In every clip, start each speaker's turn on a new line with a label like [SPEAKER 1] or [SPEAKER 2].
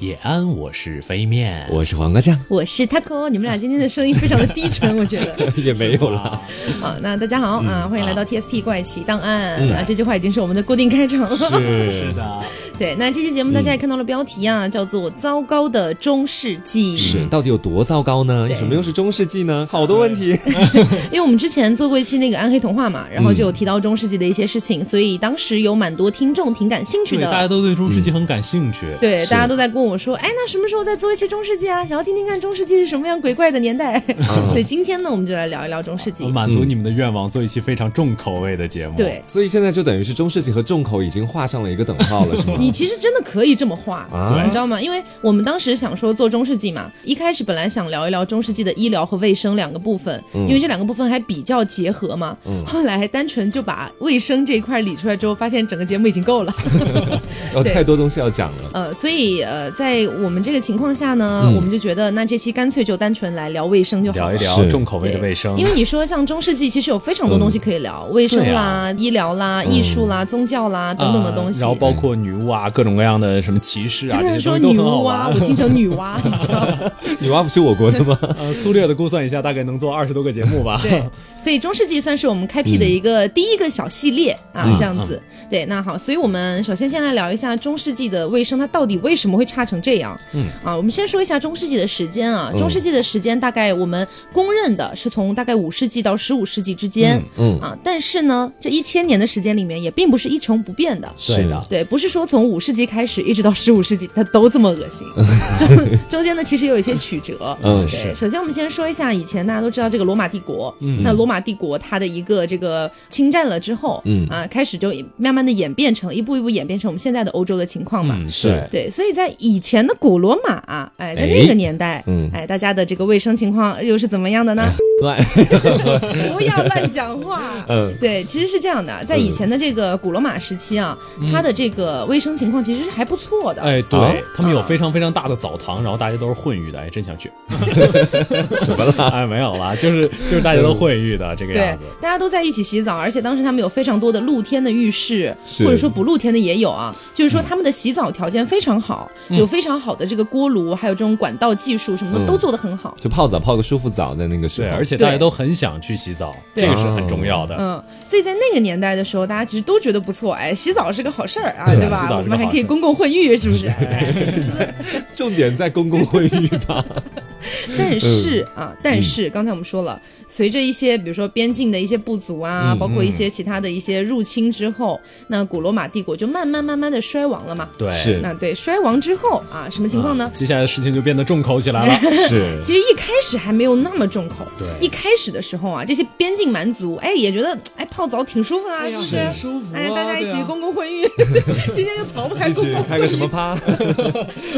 [SPEAKER 1] 也安，我是飞面，
[SPEAKER 2] 我是黄瓜酱，
[SPEAKER 3] 我是 Taco，你们 俩今天的声音非常的低 沉，我觉得。
[SPEAKER 2] 也没有了。
[SPEAKER 1] 啊
[SPEAKER 3] 好，那大家好啊，欢迎来到 TSP 怪奇档案啊，这句话已经是我们的固定开场了。
[SPEAKER 2] 是
[SPEAKER 1] 是，的，
[SPEAKER 3] 对，那这期节目大家也看到了标题啊，叫做《糟糕的中世纪》。
[SPEAKER 2] 是，到底有多糟糕呢？
[SPEAKER 3] 对
[SPEAKER 2] 什么又是中世纪呢？好多问题。
[SPEAKER 3] 因为我们之前做过一期那个暗黑童话嘛，然后就有提到中世纪的一些事情，所以当时有蛮多听众挺感兴趣
[SPEAKER 1] 对，大家
[SPEAKER 3] 的。嗯
[SPEAKER 1] 都对中世纪很感兴趣，
[SPEAKER 3] 对，大家都在跟我说，哎，那什么时候再做一期中世纪啊？想要听听看中世纪是什么样鬼怪的年代。 所以今天呢，我们就来聊一聊中世纪
[SPEAKER 1] 我。满足你们的愿望，做一期非常重口味的节目，
[SPEAKER 3] 对，
[SPEAKER 2] 所以现在就等于是中世纪和重口已经画上了一个等号了，是吗？
[SPEAKER 3] 你
[SPEAKER 1] 嗯
[SPEAKER 3] 其实真的可以这么画，
[SPEAKER 2] 啊
[SPEAKER 3] 你知道吗？因为我们当时想说做中世纪嘛，一开始本来想聊一聊中世纪的医疗和卫生两个部分，
[SPEAKER 1] 嗯
[SPEAKER 3] 因为这两个部分还比较结合嘛。后来单纯就把卫生这一块理出来之后，发现整个节目已经够 了。
[SPEAKER 2] 有
[SPEAKER 3] 对
[SPEAKER 2] 太多东西要讲了。
[SPEAKER 3] 呃，所以呃，在我们这个情况下呢，我们就觉得那这期干脆就单纯来聊卫生就好了。
[SPEAKER 1] 嗯聊一聊
[SPEAKER 2] 是
[SPEAKER 1] 重口味的卫生，嗯
[SPEAKER 3] 因为你说像中世纪，其实有非常多东西可以聊，卫生啦、医疗啦、艺术啦、宗教啦等等的东西。
[SPEAKER 1] 啊然后包括女巫啊，各种各样的什么骑士啊，
[SPEAKER 3] 他
[SPEAKER 1] 这
[SPEAKER 3] 跟
[SPEAKER 1] 些
[SPEAKER 3] 人
[SPEAKER 1] 东西都
[SPEAKER 3] 说女
[SPEAKER 1] 很好
[SPEAKER 3] 巫啊，
[SPEAKER 1] 玩
[SPEAKER 3] 我。听成女娲，你知道吗？
[SPEAKER 2] 女娲不是我国的吗？
[SPEAKER 1] 呃，粗略的估算一下，大概能做二十多个节目吧。
[SPEAKER 3] 对，所以中世纪算是我们开辟的一个第一个小系列、
[SPEAKER 1] 嗯
[SPEAKER 3] 啊，这样子。对，那好，所以我们首先先来聊一下中世纪的卫生，它到底为什么会差成这样？嗯，啊，我们先说一下中世纪的时间
[SPEAKER 1] 嗯
[SPEAKER 3] 啊，中世纪的时间大概我们公认的是从大概五世纪到十五世纪之间，
[SPEAKER 2] 嗯
[SPEAKER 3] 啊，但是呢，这一千年的时间里面也并不是一成不变的。
[SPEAKER 1] 对的，
[SPEAKER 3] 对，不是说从五世纪开始一直到十五世纪，它都这么恶 心，中中间呢其实有一些曲折。
[SPEAKER 2] 嗯
[SPEAKER 3] 对，首先我们先说一下，以前大家都知道这个罗马帝国，那罗马帝国它的一个这个侵占了之后，
[SPEAKER 2] 嗯
[SPEAKER 3] 啊，开始就慢慢的演变成一步一步演变成我们现在的欧洲的情况嘛。
[SPEAKER 1] 嗯，
[SPEAKER 2] 是
[SPEAKER 1] 是，
[SPEAKER 3] 对，所以在以前的古罗马，哎，在那个年代，
[SPEAKER 2] 嗯哎
[SPEAKER 3] 哎，大家的这个卫生情况又是怎么样的呢？
[SPEAKER 2] 乱，
[SPEAKER 3] 不要乱讲话。
[SPEAKER 2] 嗯
[SPEAKER 3] 对，其实是这样的，在以前的这个古罗马时期啊，
[SPEAKER 2] 嗯
[SPEAKER 3] 它的这个卫生情况其实是还不错 的。
[SPEAKER 1] 哎，
[SPEAKER 2] 啊
[SPEAKER 1] 对他们有非常非常大的澡堂，然后大家都是混浴的，哎，真想去。 什么了？ 哎，没有啦，就是就是大家都混浴的这个
[SPEAKER 3] 对
[SPEAKER 1] 样子。，
[SPEAKER 3] 大家都在一起洗澡，而且当时他们有非常多的露天的浴室，
[SPEAKER 2] 是
[SPEAKER 3] 或者说不露天的也有啊。就是
[SPEAKER 1] 嗯
[SPEAKER 3] 说他们的洗澡条件非常好，有非常好的这个锅炉，还有这种管道技术什么的、
[SPEAKER 2] 嗯
[SPEAKER 3] 都做得很好。
[SPEAKER 2] 就泡澡泡个舒服澡，在那个时
[SPEAKER 1] 对，
[SPEAKER 2] 候，
[SPEAKER 1] 而且大家都很想去洗澡，
[SPEAKER 3] 对
[SPEAKER 1] 这个是很重要的。
[SPEAKER 3] 嗯，所以在那个年代的时候，大家其实都觉得不错，哎，洗澡是个好事儿啊，
[SPEAKER 1] 对
[SPEAKER 3] 对
[SPEAKER 1] 洗
[SPEAKER 3] 吧？
[SPEAKER 1] 澡
[SPEAKER 3] 我
[SPEAKER 1] 是个
[SPEAKER 3] 们还
[SPEAKER 1] 好
[SPEAKER 3] 可以
[SPEAKER 1] 事儿
[SPEAKER 3] 公共混浴，是 不 是？
[SPEAKER 2] 重点在公共会浴吧。
[SPEAKER 3] 但是
[SPEAKER 1] 嗯
[SPEAKER 3] 啊，但是刚才我们说了，随着一些比如说边境的一些不足
[SPEAKER 1] 嗯
[SPEAKER 3] 啊，包括一些其他的一些入侵之后，那古罗马帝国就慢慢慢慢的衰亡了嘛。
[SPEAKER 1] 对，嗯
[SPEAKER 2] 是
[SPEAKER 3] 那对衰亡之后啊，什么情况呢？
[SPEAKER 1] 接下来的事情就变得重口起来 了。
[SPEAKER 2] 是，
[SPEAKER 3] 其实一开始还没有那么重口，
[SPEAKER 1] 对
[SPEAKER 3] 一开始的时候啊，这些边境蛮族，哎，也觉得哎泡澡挺舒服的啊，是不是？
[SPEAKER 1] 舒服
[SPEAKER 3] 哎，大家一起公共混浴， 今天就逃不开
[SPEAKER 2] 一
[SPEAKER 3] 公
[SPEAKER 2] 起啊
[SPEAKER 3] 共
[SPEAKER 2] 开
[SPEAKER 3] 混浴
[SPEAKER 2] 个什么趴？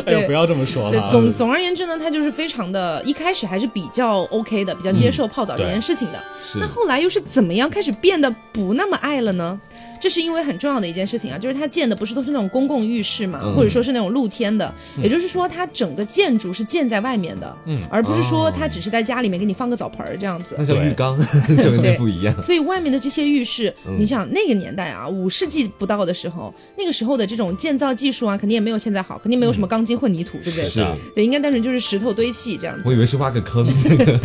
[SPEAKER 1] 哎呦，
[SPEAKER 3] 对
[SPEAKER 1] 不要这么说
[SPEAKER 3] 对
[SPEAKER 1] 了，。
[SPEAKER 3] 总总而言之呢，他就是非常的，一开始还是比较 OK 的，比较接受泡澡这件事情的。
[SPEAKER 2] 是
[SPEAKER 3] 那后来又是怎么样开始变得不那么爱了呢？这是因为很重要的一件事情啊，就是它建的不是都是那种公共浴室嘛，
[SPEAKER 2] 嗯
[SPEAKER 3] 或者说是那种露天的，也就是说它整个建筑是建在外面的，
[SPEAKER 1] 嗯
[SPEAKER 3] 而不是说它只是在家里面给你放个澡盆儿这样子
[SPEAKER 2] 那。叫浴缸，就跟那不一样。
[SPEAKER 3] 所以外面的这些浴室，
[SPEAKER 2] 嗯
[SPEAKER 3] 你想那个年代啊，五世纪不到的时候，那个时候的这种建造技术啊，肯定也没有现在好，肯定没有什么钢筋混凝土，对不对？
[SPEAKER 2] 嗯是啊
[SPEAKER 3] 对，应该单纯就是石头堆砌这样子。
[SPEAKER 2] 我以为是挖个 坑，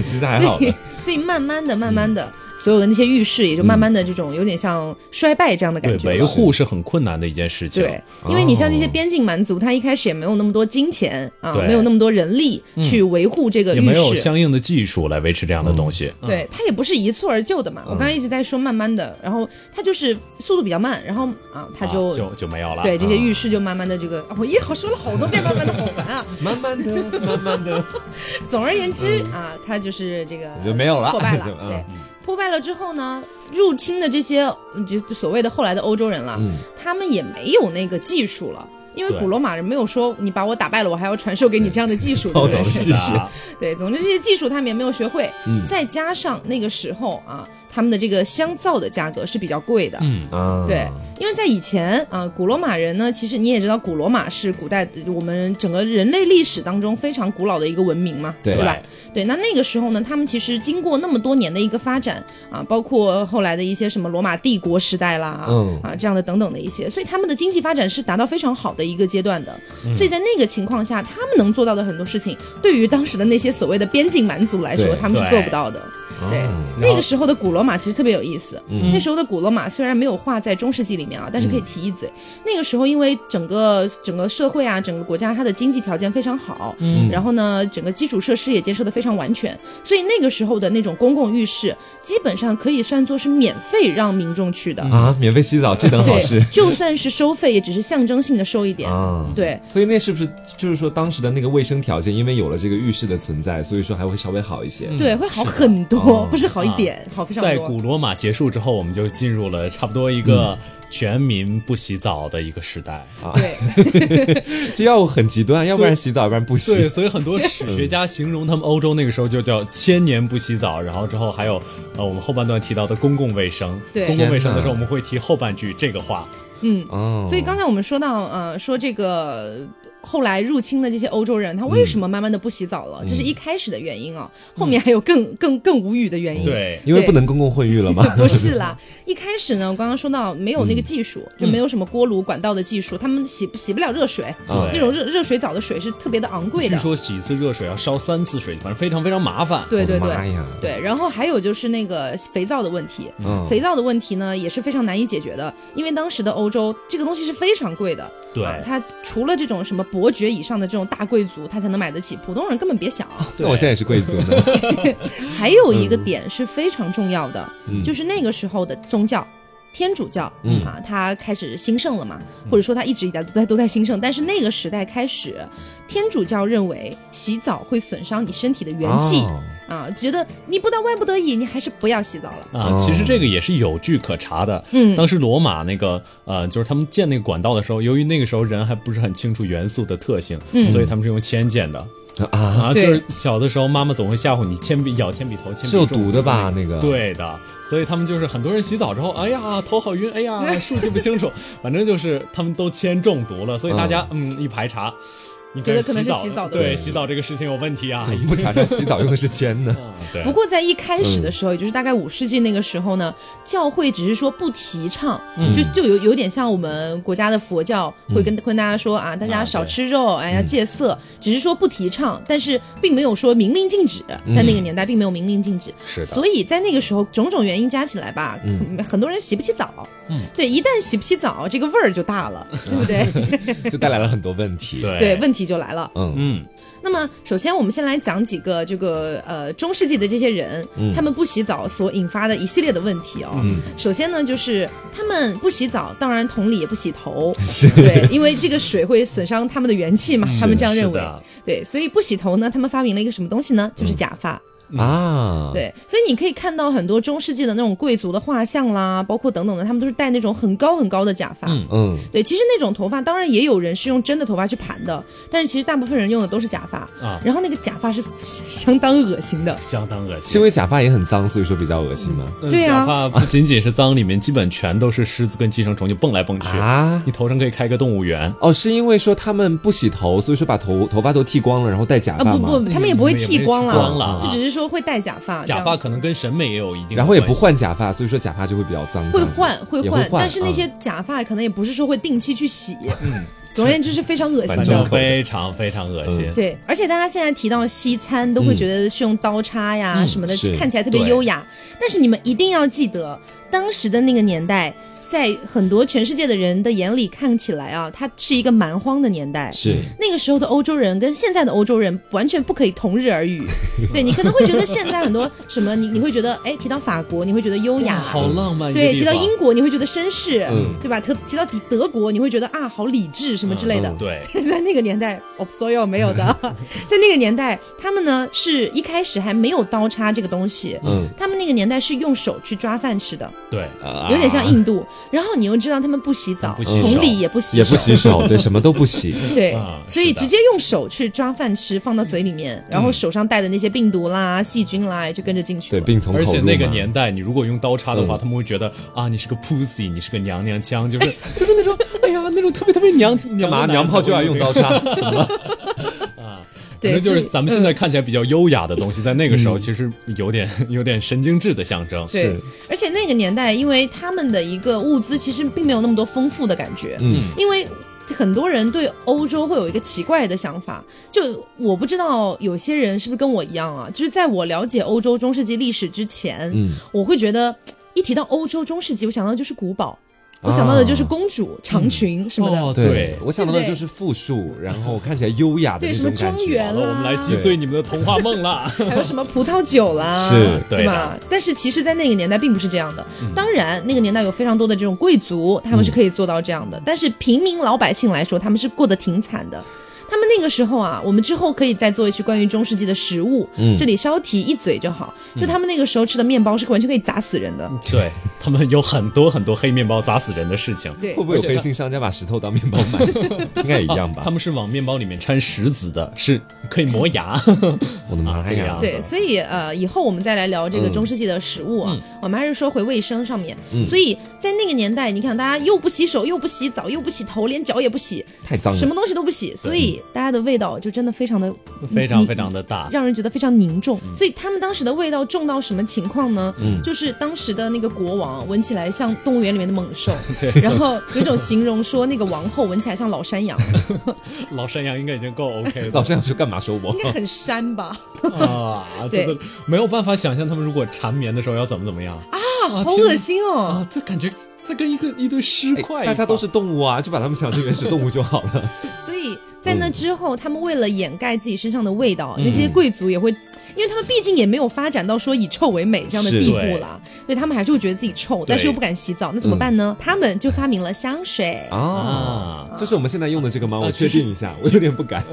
[SPEAKER 2] 其实还好
[SPEAKER 3] 所。以，所以慢慢的、慢慢的，
[SPEAKER 1] 嗯
[SPEAKER 3] 所有的那些浴室也就慢慢的这种有点像衰败这样的感
[SPEAKER 1] 对，
[SPEAKER 3] 觉
[SPEAKER 1] 维
[SPEAKER 3] 了。
[SPEAKER 1] 护是很困难的一件事情。
[SPEAKER 3] 对，因为你像这些边境蛮族，他一开始也没有那么多金钱啊，
[SPEAKER 1] 对嗯
[SPEAKER 3] 没有那么多人力去维护这个
[SPEAKER 1] 也
[SPEAKER 3] 呃浴
[SPEAKER 1] 没有
[SPEAKER 3] 室。
[SPEAKER 1] 相应的技术来维持这样的东西。嗯，
[SPEAKER 3] 对，它也不是一蹴而就的嘛。我刚才一直在说慢慢的，然后它就是速度比较慢，然后啊，它
[SPEAKER 1] 啊
[SPEAKER 3] 就
[SPEAKER 1] 就就啊没有了。
[SPEAKER 3] 对这些浴室就慢慢的这个，啊我一好说了好多遍，慢慢的好烦啊。
[SPEAKER 2] 慢慢的，慢慢的，
[SPEAKER 3] 总而言之啊，它就是这个
[SPEAKER 2] 嗯就没有了
[SPEAKER 3] 破败 了。
[SPEAKER 2] 就嗯
[SPEAKER 3] 对，破败了之后呢，入侵的这些嗯就所谓的后来的欧洲人了，
[SPEAKER 2] 嗯
[SPEAKER 3] 他们也没有那个技术了。因为
[SPEAKER 1] 对
[SPEAKER 3] 古罗马人没有说你把我打败了，我还要传授给你这样的技术，
[SPEAKER 1] 嗯
[SPEAKER 3] 对
[SPEAKER 2] 暴
[SPEAKER 3] 不
[SPEAKER 2] 走
[SPEAKER 3] 对
[SPEAKER 2] 的？技
[SPEAKER 1] 是
[SPEAKER 2] 术，
[SPEAKER 1] 的
[SPEAKER 2] 嗯
[SPEAKER 3] 对，总之这些技术他们也没有学会，再加上那个时候啊，他们的这个香皂的价格是比较贵的。
[SPEAKER 1] 嗯
[SPEAKER 2] 啊，
[SPEAKER 3] 对，因为在以前啊、古罗马人呢，其实你也知道，古罗马是古代我们整个人类历史当中非常古老的一个文明嘛，
[SPEAKER 2] 对
[SPEAKER 3] 吧？对，那那个时候呢，他们其实经过那么多年的一个发展啊，包括后来的一些什么罗马帝国时代啦，
[SPEAKER 2] 嗯
[SPEAKER 3] 啊这样的等等的一些，所以他们的经济发展是达到非常好的一个阶段的。
[SPEAKER 2] 嗯
[SPEAKER 3] 所以在那个情况下，他们能做到的很多事情，对于当时的那些所谓的边境蛮族来说
[SPEAKER 2] 对，哦
[SPEAKER 3] 他们是
[SPEAKER 1] 对
[SPEAKER 3] 做不到的。对，那个时候的古罗马其实特别有意思。
[SPEAKER 2] 嗯
[SPEAKER 3] 那时候的古罗马虽然没有画在中世纪里面啊，但是可以提一嘴。
[SPEAKER 2] 嗯
[SPEAKER 3] 那个时候因为整个整个社会啊，整个国家它的经济条件非常好，
[SPEAKER 2] 嗯
[SPEAKER 3] 然后呢，整个基础设施也建设的非常完全，所以那个时候的那种公共浴室基本上可以算作是免费让民众去的。
[SPEAKER 2] 啊，免费洗澡这等好事
[SPEAKER 3] 嗯对， 就算是收费，也只是象征性的收一点。
[SPEAKER 2] 啊。
[SPEAKER 3] 对，
[SPEAKER 2] 所以那是不是就是说当时的那个卫生条件，因为有了这个浴室的存在，所以说还会稍微好一些？
[SPEAKER 3] 对，会好很多，
[SPEAKER 2] 哦
[SPEAKER 3] 不是好一点，好非常
[SPEAKER 1] 在
[SPEAKER 3] 多。嗯
[SPEAKER 1] 古罗马结束之后，我们就进入了差不多一个全民不洗澡的一个时代。
[SPEAKER 3] 对，
[SPEAKER 2] 这要很极端，要不然洗澡，要不然不洗。
[SPEAKER 1] 对，所以很多史学家形容他们欧洲那个时候就叫千年不洗澡，然后之后还有呃我们后半段提到的公共卫生，
[SPEAKER 3] 对
[SPEAKER 1] 公共卫生的时候
[SPEAKER 2] 天哪
[SPEAKER 1] 我们会提后半句这个话，
[SPEAKER 3] 嗯，
[SPEAKER 2] 哦，
[SPEAKER 3] 所以刚才我们说到，呃，说这个后来入侵的这些欧洲人，他为什么慢慢的不洗澡
[SPEAKER 2] 嗯
[SPEAKER 3] 了？这是一开始的原因啊，后面还有更更更无语的原因。。
[SPEAKER 1] 对，
[SPEAKER 2] 因为不能公共混浴了嘛。
[SPEAKER 3] 不是啦，一开始呢，我刚刚说到没有那个技
[SPEAKER 2] 嗯
[SPEAKER 3] 术，就没有什么锅炉管道的技术，他们洗洗不了热水，
[SPEAKER 2] 啊嗯
[SPEAKER 1] 对
[SPEAKER 3] 那种热热水澡的水是特别的昂贵
[SPEAKER 1] 据
[SPEAKER 3] 的。
[SPEAKER 1] 说洗一次热水要烧三次水，反正非常非常麻烦。
[SPEAKER 3] 对对
[SPEAKER 2] 我
[SPEAKER 3] 对
[SPEAKER 2] 的妈哎呀，
[SPEAKER 3] 对，然后还有就是那个肥皂的问题，
[SPEAKER 2] 嗯
[SPEAKER 3] 肥皂的问题呢也是非常难以解决的，因为当时的欧洲这个东西是非常贵的，
[SPEAKER 1] 对
[SPEAKER 3] 啊它除了这种什么伯爵以上的这种大贵族，他才能买得起，普通人根本 别想。
[SPEAKER 2] 那我现在也是贵族呢。哦
[SPEAKER 3] 还有一个点是非常重要的，
[SPEAKER 2] 嗯
[SPEAKER 3] 就是那个时候的宗教。天主教，
[SPEAKER 2] 嗯
[SPEAKER 3] 啊，它开始兴盛了嘛，或者说它一直以来都在都在兴盛，但是那个时代开始，天主教认为洗澡会损伤你身体的元气、
[SPEAKER 2] 哦
[SPEAKER 3] 啊，觉得你不到万不得已，你还是不要洗澡了。
[SPEAKER 1] 啊，其实这个也是有据可查的。
[SPEAKER 3] 嗯
[SPEAKER 1] 当时罗马那个呃，就是他们建那个管道的时候，由于那个时候人还不是很清楚元素的特性，
[SPEAKER 3] 嗯
[SPEAKER 1] 所以他们是用铅建的。
[SPEAKER 2] 啊，
[SPEAKER 1] 啊，就
[SPEAKER 3] 对
[SPEAKER 1] 是小的时候妈妈总会吓唬你，铅笔咬铅笔头，铅笔
[SPEAKER 2] 是有
[SPEAKER 1] 中
[SPEAKER 2] 毒的吧？？那个，
[SPEAKER 1] 对的，所以他们就是很多人洗澡之后，哎呀，头好晕，哎呀，数据不清楚，反正就是他们都铅中毒了，所以大家嗯一排查，你
[SPEAKER 3] 觉得可能是
[SPEAKER 1] 洗
[SPEAKER 3] 洗澡的
[SPEAKER 1] 对
[SPEAKER 2] 问题
[SPEAKER 1] 洗澡这个事情有问题啊
[SPEAKER 2] 怎，么不查查洗澡用的是铅 呢？
[SPEAKER 1] 啊对嗯
[SPEAKER 3] 不过在一开始的时候，也就是大概五世纪那个时候呢，教会只是说不提倡，
[SPEAKER 1] 嗯
[SPEAKER 3] 就就有有点像我们国家的佛教会跟、会跟大家说啊，大
[SPEAKER 1] 啊
[SPEAKER 3] 家
[SPEAKER 1] 对
[SPEAKER 3] 少吃肉，哎呀戒色，只是说不提倡，但是并没有说明令禁止，在那个年代并没有明令禁止，
[SPEAKER 1] 嗯是的，
[SPEAKER 3] 所以在那个时候种种原因加起来吧，很多人洗不起澡，
[SPEAKER 1] 嗯
[SPEAKER 3] 对，一旦洗不起澡，这个味儿就 大了，对不对？
[SPEAKER 2] 就带来了很多问题。，
[SPEAKER 1] 对
[SPEAKER 3] 对，问题就来了。
[SPEAKER 2] 嗯
[SPEAKER 1] 嗯
[SPEAKER 3] 那么，首先我们先来讲几个这个呃中世纪的这些人，
[SPEAKER 1] 嗯
[SPEAKER 3] 他们不洗澡所引发的一系列的问题哦。
[SPEAKER 2] 嗯
[SPEAKER 3] 首先呢，就是他们不洗澡，当然同理也不洗 头，对，因为这个水会损伤他们的元气嘛，他们这样认为
[SPEAKER 1] 嗯是。的嗯
[SPEAKER 3] 对，所以不洗头呢，他们发明了一个什么东西呢？就是假发。
[SPEAKER 2] 啊，，
[SPEAKER 3] 对，所以你可以看到很多中世纪的那种贵族的画像啦，包括等等的，他们都是戴那种很高很高的假发。
[SPEAKER 1] 嗯
[SPEAKER 2] 嗯，
[SPEAKER 3] 对，其实那种头发，当然也有人是用真的头发去盘的，但是其实大部分人用的都是假发
[SPEAKER 1] 啊
[SPEAKER 3] 然后那个假发是 相当恶心的，
[SPEAKER 1] 相当恶
[SPEAKER 2] 是
[SPEAKER 1] 心
[SPEAKER 2] 因。为假发也很脏，所以说比较恶心吗？
[SPEAKER 1] 嗯
[SPEAKER 3] 对啊
[SPEAKER 1] 假发不仅仅是脏，里面基本全都是虱子跟寄生虫，就蹦来蹦去。
[SPEAKER 2] 啊，
[SPEAKER 1] 你头上可以开个动物园，
[SPEAKER 2] 哦，是因为说他们不洗头，所以说把头头发都剃光了，然后戴假
[SPEAKER 3] 啊
[SPEAKER 2] 发
[SPEAKER 3] 不
[SPEAKER 2] 吗？
[SPEAKER 3] 不，他们也不会
[SPEAKER 1] 也不
[SPEAKER 3] 剃
[SPEAKER 1] 会
[SPEAKER 3] 光
[SPEAKER 1] 剃
[SPEAKER 3] 了，
[SPEAKER 1] 光了啊
[SPEAKER 3] 就只是说会戴假发，这
[SPEAKER 1] 假
[SPEAKER 3] 样
[SPEAKER 1] 发可能跟审美也有一定的关系，
[SPEAKER 2] 然后也不换假发，所以说假发就会比较脏。
[SPEAKER 3] 会
[SPEAKER 2] 这样子
[SPEAKER 3] 换会
[SPEAKER 2] 也
[SPEAKER 3] 换，
[SPEAKER 2] 换，
[SPEAKER 3] 但是那些
[SPEAKER 2] 啊
[SPEAKER 3] 假发可能也不是说会定期去洗，总而言之是非常恶
[SPEAKER 1] 嗯
[SPEAKER 3] 心
[SPEAKER 1] 反
[SPEAKER 2] 正
[SPEAKER 1] 正
[SPEAKER 3] 的。
[SPEAKER 2] 口的
[SPEAKER 1] 非常非常恶心。
[SPEAKER 3] 对，而且大家现在提到西餐，都会觉得是用刀叉呀、
[SPEAKER 1] 嗯
[SPEAKER 3] 什么的
[SPEAKER 2] 是，
[SPEAKER 3] 看起来特别
[SPEAKER 1] 对
[SPEAKER 3] 优雅。但是你们一定要记得，当时的那个年代，在很多全世界的人的眼里看起来啊，它是一个蛮荒的年代。
[SPEAKER 2] 是
[SPEAKER 3] 那个时候的欧洲人跟现在的欧洲人完全不可以同日而语。对你可能会觉得现在很多什么，你你会觉得，哎，提到法国你会觉得优雅，
[SPEAKER 1] 哦好浪漫一个地
[SPEAKER 3] 对，
[SPEAKER 1] 方。
[SPEAKER 3] 提到英国你会觉得绅士，
[SPEAKER 2] 嗯
[SPEAKER 3] 对吧？特提到底德国你会觉得啊，好理智什么之类的。
[SPEAKER 2] 嗯嗯
[SPEAKER 1] 对，
[SPEAKER 3] 在那个年代 o b s o y o 没有的， 在那个年代，他们呢是一开始还没有刀叉这个东西。
[SPEAKER 2] 嗯，
[SPEAKER 3] 他们那个年代是用手去抓饭吃的，
[SPEAKER 1] 对，
[SPEAKER 2] 啊
[SPEAKER 3] 有点像印度。然后你又知道他们不洗澡，
[SPEAKER 1] 嗯不洗手
[SPEAKER 3] 同理也不洗
[SPEAKER 2] 也不
[SPEAKER 3] 手，
[SPEAKER 2] 洗手，对，什么都不洗。
[SPEAKER 3] 对，
[SPEAKER 1] 啊
[SPEAKER 3] 所以
[SPEAKER 1] 是的嗯
[SPEAKER 3] 直接用手去抓饭吃，放到嘴里面，然后手上带的那些病毒啦、细菌啦，也就跟着进去
[SPEAKER 2] 对，
[SPEAKER 3] 了。
[SPEAKER 2] 病从
[SPEAKER 1] 而
[SPEAKER 2] 口入嘛。
[SPEAKER 1] 且那个年代，你如果用刀叉的话，
[SPEAKER 2] 嗯
[SPEAKER 1] 他们会觉得啊，你是个 pussy，你是个娘娘腔，就是 就是那种，哎呀，那种特别特别娘娘
[SPEAKER 2] 干嘛
[SPEAKER 1] 的
[SPEAKER 2] 娘炮就要用刀叉？
[SPEAKER 1] 可
[SPEAKER 3] 对，
[SPEAKER 1] 能就是
[SPEAKER 3] 所以
[SPEAKER 1] 咱们现在看起来比较优雅的东西，在那个时候其实有点有点神经质的象征。
[SPEAKER 3] 对，而且那个年代，因为他们的一个物资其实并没有那么多丰富的感觉，
[SPEAKER 2] 嗯，
[SPEAKER 3] 因为很多人对欧洲会有一个奇怪的想法，就我不知道有些人是不是跟我一样啊，就是在我了解欧洲中世纪历史之前，
[SPEAKER 2] 嗯
[SPEAKER 3] 我会觉得一提到欧洲中世纪，我想到的就是古堡，我想到的
[SPEAKER 2] 啊
[SPEAKER 3] 就是公主、长裙什么的。
[SPEAKER 1] 哦对
[SPEAKER 2] 对，我想到的
[SPEAKER 3] 对不对
[SPEAKER 2] 就是复数，然后看起来优雅的
[SPEAKER 3] 对
[SPEAKER 2] 那
[SPEAKER 3] 什么
[SPEAKER 2] 种感
[SPEAKER 3] 庄
[SPEAKER 2] 觉
[SPEAKER 3] 园。
[SPEAKER 1] 好了，我们来击碎你们的童话梦啦！
[SPEAKER 3] 还有什么葡萄酒啦，
[SPEAKER 2] 是
[SPEAKER 1] 对的
[SPEAKER 3] 对吧？但是其实，在那个年代并不是这样的。当然，那个年代有非常多的这种贵族，他们是可以做到这样的。但是平民老百姓来说，他们是过得挺惨的。他们那个时候啊，我们之后可以再做一期关于中世纪的食物，这里稍提一嘴就好。就他们那个时候吃的面包是完全可以砸死人的，
[SPEAKER 1] 对他们有很多很多黑面包砸死人的事情。
[SPEAKER 3] 对
[SPEAKER 2] 会不会有黑心商家把石头当面包卖？应该也一样吧
[SPEAKER 1] 他。们是往面包里面掺石子的，是可以磨牙。
[SPEAKER 2] 我的妈
[SPEAKER 1] 啊这
[SPEAKER 2] 呀！
[SPEAKER 1] 样嗯
[SPEAKER 3] 对，所以呃，以后我们再来聊这个中世纪的食物啊，我们还是说回卫生上面。所以在那个年代，你看大家又不洗手，又不洗澡，又不洗头，连脚也不洗，
[SPEAKER 2] 太脏了
[SPEAKER 3] 什么东西都不洗，所以大家的味道就真的非常的
[SPEAKER 1] 非常非常的嗯大。
[SPEAKER 3] 让人觉得非常凝重。所以他们当时的味道重到什么情况呢？
[SPEAKER 1] 嗯
[SPEAKER 3] 就是当时的那个国王闻起来像动物园里面的猛兽，
[SPEAKER 1] 对
[SPEAKER 3] 然后有一种形容说那个王后闻起来像老山羊，
[SPEAKER 1] 老山羊应该已经够 OK
[SPEAKER 2] 老
[SPEAKER 1] 了
[SPEAKER 2] 师想说干嘛？说我
[SPEAKER 3] 应该很膻吧？
[SPEAKER 1] 啊，
[SPEAKER 3] 对
[SPEAKER 1] 真的没有办法想象他们如果缠绵的时候要怎么怎么样啊！
[SPEAKER 3] 啊，好
[SPEAKER 1] 天哪
[SPEAKER 3] 恶心哦！
[SPEAKER 1] 啊，这感觉这跟一个一堆尸
[SPEAKER 2] 哎
[SPEAKER 1] 块一样，
[SPEAKER 2] 大家都是动物啊，就把他们想成原始动物就好了。
[SPEAKER 3] 所以在那之后，他们为了掩盖自己身上的味道，因为这些贵族也会，因为他们毕竟也没有发展到说以臭为美这样的地步了，所以他们还是会觉得自己臭，但是又不敢洗澡，那怎么办呢？他们就发明了香水。
[SPEAKER 2] 啊，
[SPEAKER 1] 啊。
[SPEAKER 2] 就是我们现在用的这个吗？我确
[SPEAKER 1] 其实
[SPEAKER 2] 定一下，我有点不敢。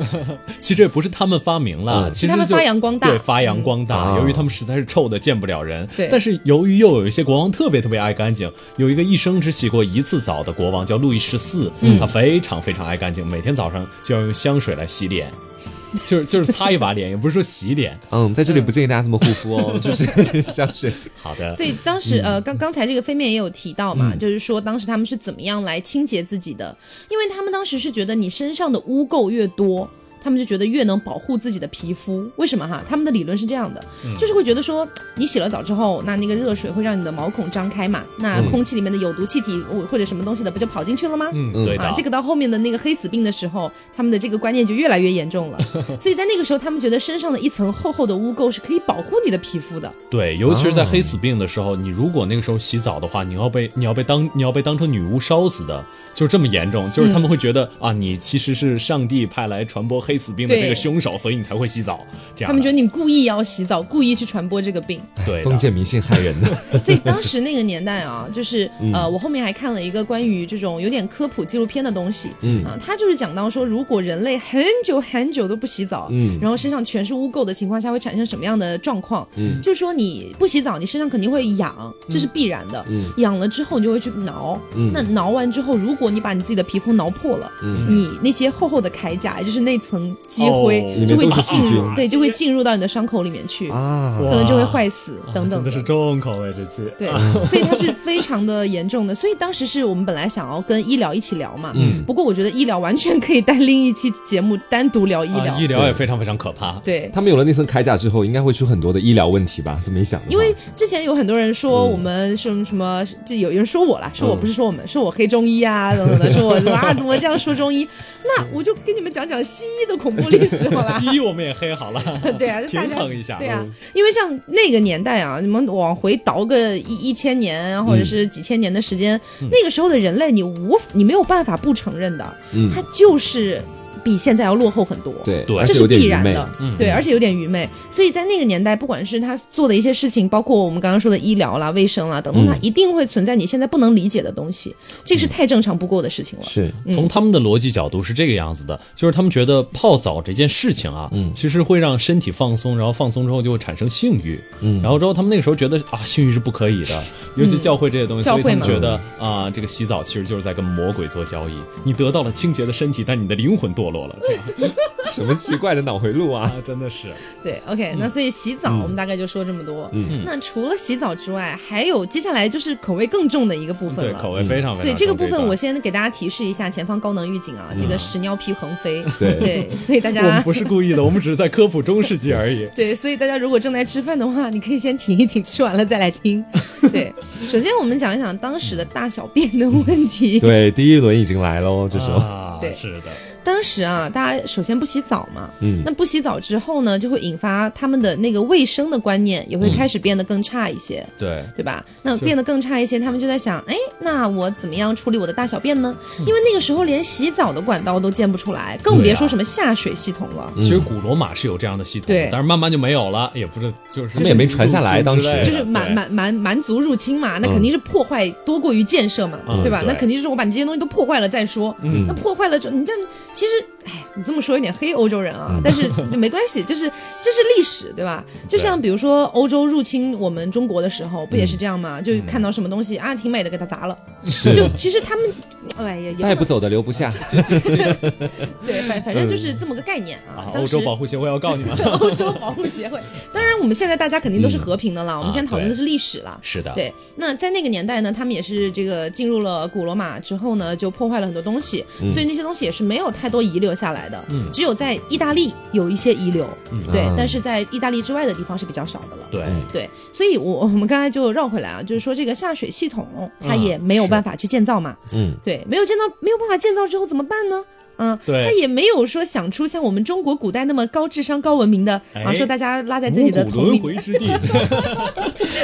[SPEAKER 1] 其实也不是他们发明了，
[SPEAKER 2] 嗯
[SPEAKER 1] 其
[SPEAKER 3] 是
[SPEAKER 1] 实
[SPEAKER 3] 他们
[SPEAKER 1] 就
[SPEAKER 3] 发扬光大
[SPEAKER 1] 对，发扬光大。
[SPEAKER 2] 嗯
[SPEAKER 1] 由于他们实在是臭的见不了人，
[SPEAKER 3] 对
[SPEAKER 1] 但是由于又有一些国王特别特别爱干净，有一个一生只洗过一次澡的国王叫路易十四，
[SPEAKER 3] 嗯
[SPEAKER 1] 他非常非常爱干净，每天早上就要用香水来洗脸，就是就是擦一把脸，也不是说洗脸。
[SPEAKER 2] 嗯，在这里不建议大家这么护肤哦，就是香水。
[SPEAKER 1] 好的，
[SPEAKER 3] 所以当时
[SPEAKER 1] 嗯
[SPEAKER 3] 呃，刚刚才这个飞面也有提到嘛，就是说当时他们是怎么样来清洁自己的，因为他们当时是觉得你身上的污垢越多。他们就觉得越能保护自己的皮肤，为什么哈？他们的理论是这样的，
[SPEAKER 1] 嗯
[SPEAKER 3] 就是会觉得说，你洗了澡之后，那那个热水会让你的毛孔张开嘛，那空气里面的有毒气体或或者什么东西的不就跑进去了吗？
[SPEAKER 1] 嗯，对的，
[SPEAKER 3] 啊，这个到后面的那个黑死病的时候，他们的这个观念就越来越严重了。所以在那个时候，他们觉得身上的一层厚厚的污垢是可以保护你的皮肤的。
[SPEAKER 1] 对，尤其是在黑
[SPEAKER 3] 哦
[SPEAKER 1] 死病的时候，你如果那个时候洗澡的话，你要被你要被当你要被当成女巫烧死的，就是这么严重。就是他们会觉得、
[SPEAKER 3] 嗯
[SPEAKER 1] 啊，你其实是上帝派来传播黑死病的
[SPEAKER 3] 对
[SPEAKER 1] 这个凶手，所以你才会洗澡。这样的，
[SPEAKER 3] 他们觉得你故意要洗澡，故意去传播这个病。
[SPEAKER 1] 得对的
[SPEAKER 2] 封建迷信 害人的，
[SPEAKER 3] 所以当时那个年代啊，就是呃，我后面还看了一个关于这种有点科普纪录片的东西，嗯啊，他就是讲到说，如果人类很久很久都不洗澡，嗯，然后身上全是污垢的情况下，会产生什么样的状况？嗯，就是说你不洗澡，你身上肯定会痒，这是必然的，嗯，痒了之后你就会去挠，嗯，那挠完之后，如果你把你自己的皮肤挠破了，嗯，你那些厚厚的铠甲，也就是那层积灰
[SPEAKER 1] 哦，
[SPEAKER 2] 里
[SPEAKER 3] 就
[SPEAKER 2] 面
[SPEAKER 3] 会
[SPEAKER 2] 都是细
[SPEAKER 3] 进
[SPEAKER 2] 菌
[SPEAKER 3] 入，对，就会进入到你的伤口里面去，
[SPEAKER 2] 啊，
[SPEAKER 1] 哇
[SPEAKER 3] 可能就会坏死等等
[SPEAKER 1] 啊真的是重口味这期。
[SPEAKER 3] 对，所以它是非常的严重的。所以当时是我们本来想要跟医疗一起聊嘛，
[SPEAKER 2] 嗯
[SPEAKER 3] 不过我觉得医疗完全可以单拎一期节目单独聊医疗，
[SPEAKER 1] 啊、医疗也非常非常可怕。
[SPEAKER 3] 对。
[SPEAKER 2] 他们有了那层铠甲之后，应该会出很多的医疗问题吧？这么一想的话，
[SPEAKER 3] 因为之前有很多人说
[SPEAKER 1] 嗯
[SPEAKER 3] 我们什么什么，就有有人说我啦，说我不是说我们，说我黑中医啊等等的，说我啊怎么这样说中医，那我就跟你们讲讲西医的恐怖历史好啦。，
[SPEAKER 1] 西医我们也黑好了
[SPEAKER 3] 对啊， 就大
[SPEAKER 1] 平
[SPEAKER 3] 家
[SPEAKER 1] 衡一下。
[SPEAKER 3] 对啊，因为像那个年代啊，你们往回倒个一一千年啊或者是几千年的时间，那个时候的人类，你无你没有办法不承认的，他就是比现在要落后很多。
[SPEAKER 2] 嗯对
[SPEAKER 1] 对
[SPEAKER 2] 而
[SPEAKER 3] 这
[SPEAKER 2] 且
[SPEAKER 3] 是
[SPEAKER 2] 有点
[SPEAKER 3] 必
[SPEAKER 2] 愚
[SPEAKER 3] 然
[SPEAKER 2] 昧
[SPEAKER 3] 的，对，而且有点愚昧。所以在那个年代，不管是他做的一些事情，包括我们刚刚说的医疗啦、卫生啦等等，它一定会存在你现在不能理解的东西，这是太正常不过的事情了。
[SPEAKER 2] 是
[SPEAKER 1] 从他们的逻辑角度是这个样子的，就是他们觉得泡澡这件事情啊，
[SPEAKER 3] 嗯
[SPEAKER 1] 其实会让身体放松，然后放松之后就会产生性欲，
[SPEAKER 3] 嗯
[SPEAKER 1] 然后之后他们那个时候觉得啊，性欲是不可以 的，尤其教会这些东西，
[SPEAKER 3] 教
[SPEAKER 1] 所以他
[SPEAKER 3] 会
[SPEAKER 1] 们
[SPEAKER 3] 嘛
[SPEAKER 1] 觉得啊，这个洗澡其实就是在跟魔鬼做交易，你得到了清洁的身体，但你的灵魂堕 落了，这样
[SPEAKER 2] 什么奇怪的脑回路 啊？
[SPEAKER 1] 啊，真的是，
[SPEAKER 3] 对，OK，、那所以洗澡我们大概就说这么多。那除了洗澡之外，还有接下来就是口味更重的一个部分
[SPEAKER 1] 对，
[SPEAKER 3] 了。
[SPEAKER 1] 口味非常非常重
[SPEAKER 3] 嗯对这个部
[SPEAKER 1] 一
[SPEAKER 3] 分，
[SPEAKER 1] 段嗯
[SPEAKER 3] 我先给大家提示一下，前方高能预警啊，这个屎尿屁横飞。
[SPEAKER 2] 对
[SPEAKER 3] 所以大
[SPEAKER 1] 我们
[SPEAKER 3] 家
[SPEAKER 1] 不是故意的，我们只是在科普中世纪而 已。
[SPEAKER 3] 对，所以大家如果正在吃饭的话，你可以先停一停，吃完了再 来听。对，首先我们讲一讲当时的大小便的问题。
[SPEAKER 2] 对，第一轮已经来喽，这时候，
[SPEAKER 1] 啊
[SPEAKER 3] 对
[SPEAKER 1] 是的，
[SPEAKER 3] 当时啊，大家首先不洗澡嘛，
[SPEAKER 2] 嗯
[SPEAKER 3] 那不洗澡之后呢，就会引发他们的那个卫生的观念也会
[SPEAKER 1] 嗯
[SPEAKER 3] 开始变得更差一些。
[SPEAKER 1] 对，
[SPEAKER 3] 对吧？那变得更差一些，他们就在想，哎，那我怎么样处理我的大小便呢？
[SPEAKER 1] 嗯
[SPEAKER 3] 因为那个时候连洗澡的管道都建不出来，更别说什么下水系统了。
[SPEAKER 2] 嗯
[SPEAKER 1] 其实古罗马是有这样的系统
[SPEAKER 3] 对
[SPEAKER 1] 的，但是慢慢就没有了，也不是就是
[SPEAKER 2] 他们也没传下来当时
[SPEAKER 1] 入侵之类的
[SPEAKER 3] 就是蛮
[SPEAKER 1] 对
[SPEAKER 3] 蛮蛮蛮族入侵嘛，那肯定是破坏多过于建设嘛，
[SPEAKER 1] 嗯
[SPEAKER 3] 对吧？
[SPEAKER 1] 对嗯
[SPEAKER 3] 那肯定是我把你这些东西都破坏了再说。那破坏了之后，你这样其实，哎，你这么说有点黑欧洲人
[SPEAKER 1] 嗯
[SPEAKER 3] 啊，但是 没关系，就是这是历史，对吧？就像比如说欧洲入侵我们中国的时候，不也
[SPEAKER 1] 嗯
[SPEAKER 3] 是这样吗？就看到什么东西啊，挺美的，给它砸了。就其实他们，哎呀，也
[SPEAKER 2] 带
[SPEAKER 3] 不
[SPEAKER 2] 不
[SPEAKER 3] 能
[SPEAKER 2] 走的留不下，
[SPEAKER 3] 对，反反正就是这么个概念啊
[SPEAKER 1] 嗯啊。，
[SPEAKER 3] 当
[SPEAKER 1] 欧洲
[SPEAKER 3] 时
[SPEAKER 1] 保护协会要告你们。
[SPEAKER 3] 欧洲保护协会。当然，我们现在大家肯定都是和平的了，我们现在讨论的
[SPEAKER 1] 嗯啊对啊
[SPEAKER 3] 是历史了。
[SPEAKER 1] 是的，
[SPEAKER 3] 对，那在那个年代呢，他们也是这个进入了古罗马之后呢，就破坏了很多东西，
[SPEAKER 1] 嗯
[SPEAKER 3] 所以那些东西也是没有太多遗留下来的，只有在意大利有一些遗留，对，
[SPEAKER 2] 啊
[SPEAKER 3] 但是在意大利之外的地方是比较少的了。
[SPEAKER 1] 嗯对
[SPEAKER 3] 对，所以我我们刚才就绕回来啊，就是说这个下水系统
[SPEAKER 1] 啊
[SPEAKER 3] 它也没有办法去建造嘛，
[SPEAKER 2] 嗯，
[SPEAKER 3] 对，没有建造，没有办法建造之后怎么办呢？嗯，
[SPEAKER 1] 对
[SPEAKER 3] 他也没有说想出像我们中国古代那么高智商、高文明的、啊，
[SPEAKER 1] 哎
[SPEAKER 3] 说大家拉在自己的
[SPEAKER 1] 五谷
[SPEAKER 3] 桶
[SPEAKER 1] 轮
[SPEAKER 3] 里，
[SPEAKER 1] 回之 地，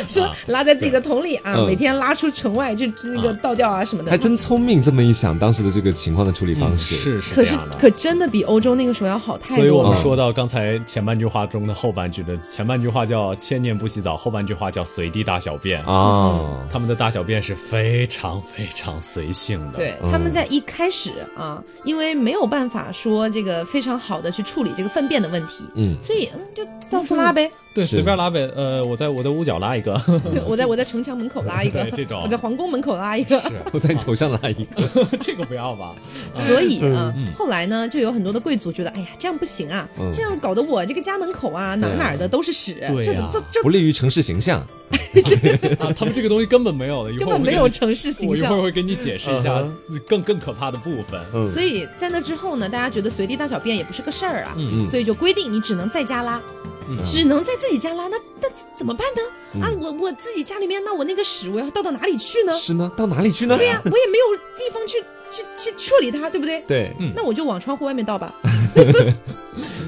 [SPEAKER 3] 说拉在自己的桶里啊，
[SPEAKER 2] 嗯
[SPEAKER 3] 每天拉出城外去那个倒掉啊什么的。
[SPEAKER 2] 还真聪明，这么一想，当时的这个情况的处理方式，
[SPEAKER 1] 嗯是是
[SPEAKER 3] 可
[SPEAKER 1] 这
[SPEAKER 3] 是
[SPEAKER 1] 样的。
[SPEAKER 3] 可真的比欧洲那个时候要好太
[SPEAKER 1] 所以我
[SPEAKER 3] 多
[SPEAKER 1] 们
[SPEAKER 3] 了。
[SPEAKER 1] 说到刚才前半句话中的后半句的，前半句话叫“千年不洗澡”，后半句话叫“随地大小便”。
[SPEAKER 2] 啊，
[SPEAKER 1] 他们的大小便是非常非常随性的。
[SPEAKER 3] 对，，他们在一开始啊，因为没有办法说这个非常好的去处理这个粪便的问题，
[SPEAKER 2] 嗯
[SPEAKER 3] 所以嗯就到处拉呗。
[SPEAKER 1] 对，
[SPEAKER 2] 是
[SPEAKER 1] 随便拉呗。呃，我在我在屋角拉一个，
[SPEAKER 3] 我在我在城墙门口拉一个
[SPEAKER 1] 嗯对这，种
[SPEAKER 3] 我在皇宫门口 拉一个，
[SPEAKER 2] 我在你头上拉一个，
[SPEAKER 1] 这个不要吧？
[SPEAKER 3] 所以啊，
[SPEAKER 1] 嗯
[SPEAKER 3] 后来呢，就有很多的贵族觉得，哎呀，这样不行啊，这样搞得我这个家门口啊，哪儿哪儿的都是屎，
[SPEAKER 1] 嗯对
[SPEAKER 3] 这
[SPEAKER 1] 呀
[SPEAKER 3] 这这
[SPEAKER 2] 不利于城市形象。
[SPEAKER 1] 啊，他们这个东西根本没有的，一会
[SPEAKER 3] 根
[SPEAKER 1] 儿我
[SPEAKER 3] 本
[SPEAKER 1] 们
[SPEAKER 3] 没有城市
[SPEAKER 1] 我
[SPEAKER 3] 形
[SPEAKER 1] 一会儿
[SPEAKER 3] 象。
[SPEAKER 1] 会跟你解释一下更更可怕的部分。
[SPEAKER 3] 所以在那之后呢，大家觉得随地大小便也不是个事儿啊，
[SPEAKER 1] 嗯
[SPEAKER 3] 所以就规定你只能在家拉，只能在自己家拉。那那怎么办
[SPEAKER 1] 嗯
[SPEAKER 3] 呢？啊，我我自己家里面，那我那个屎我要倒到哪里去呢？
[SPEAKER 2] 是呢，到哪里去呢？
[SPEAKER 3] 啊对呀、我也没有地方去去去处理它，对不对？
[SPEAKER 2] 对，
[SPEAKER 1] 嗯
[SPEAKER 3] 那我就往窗户外面 倒吧。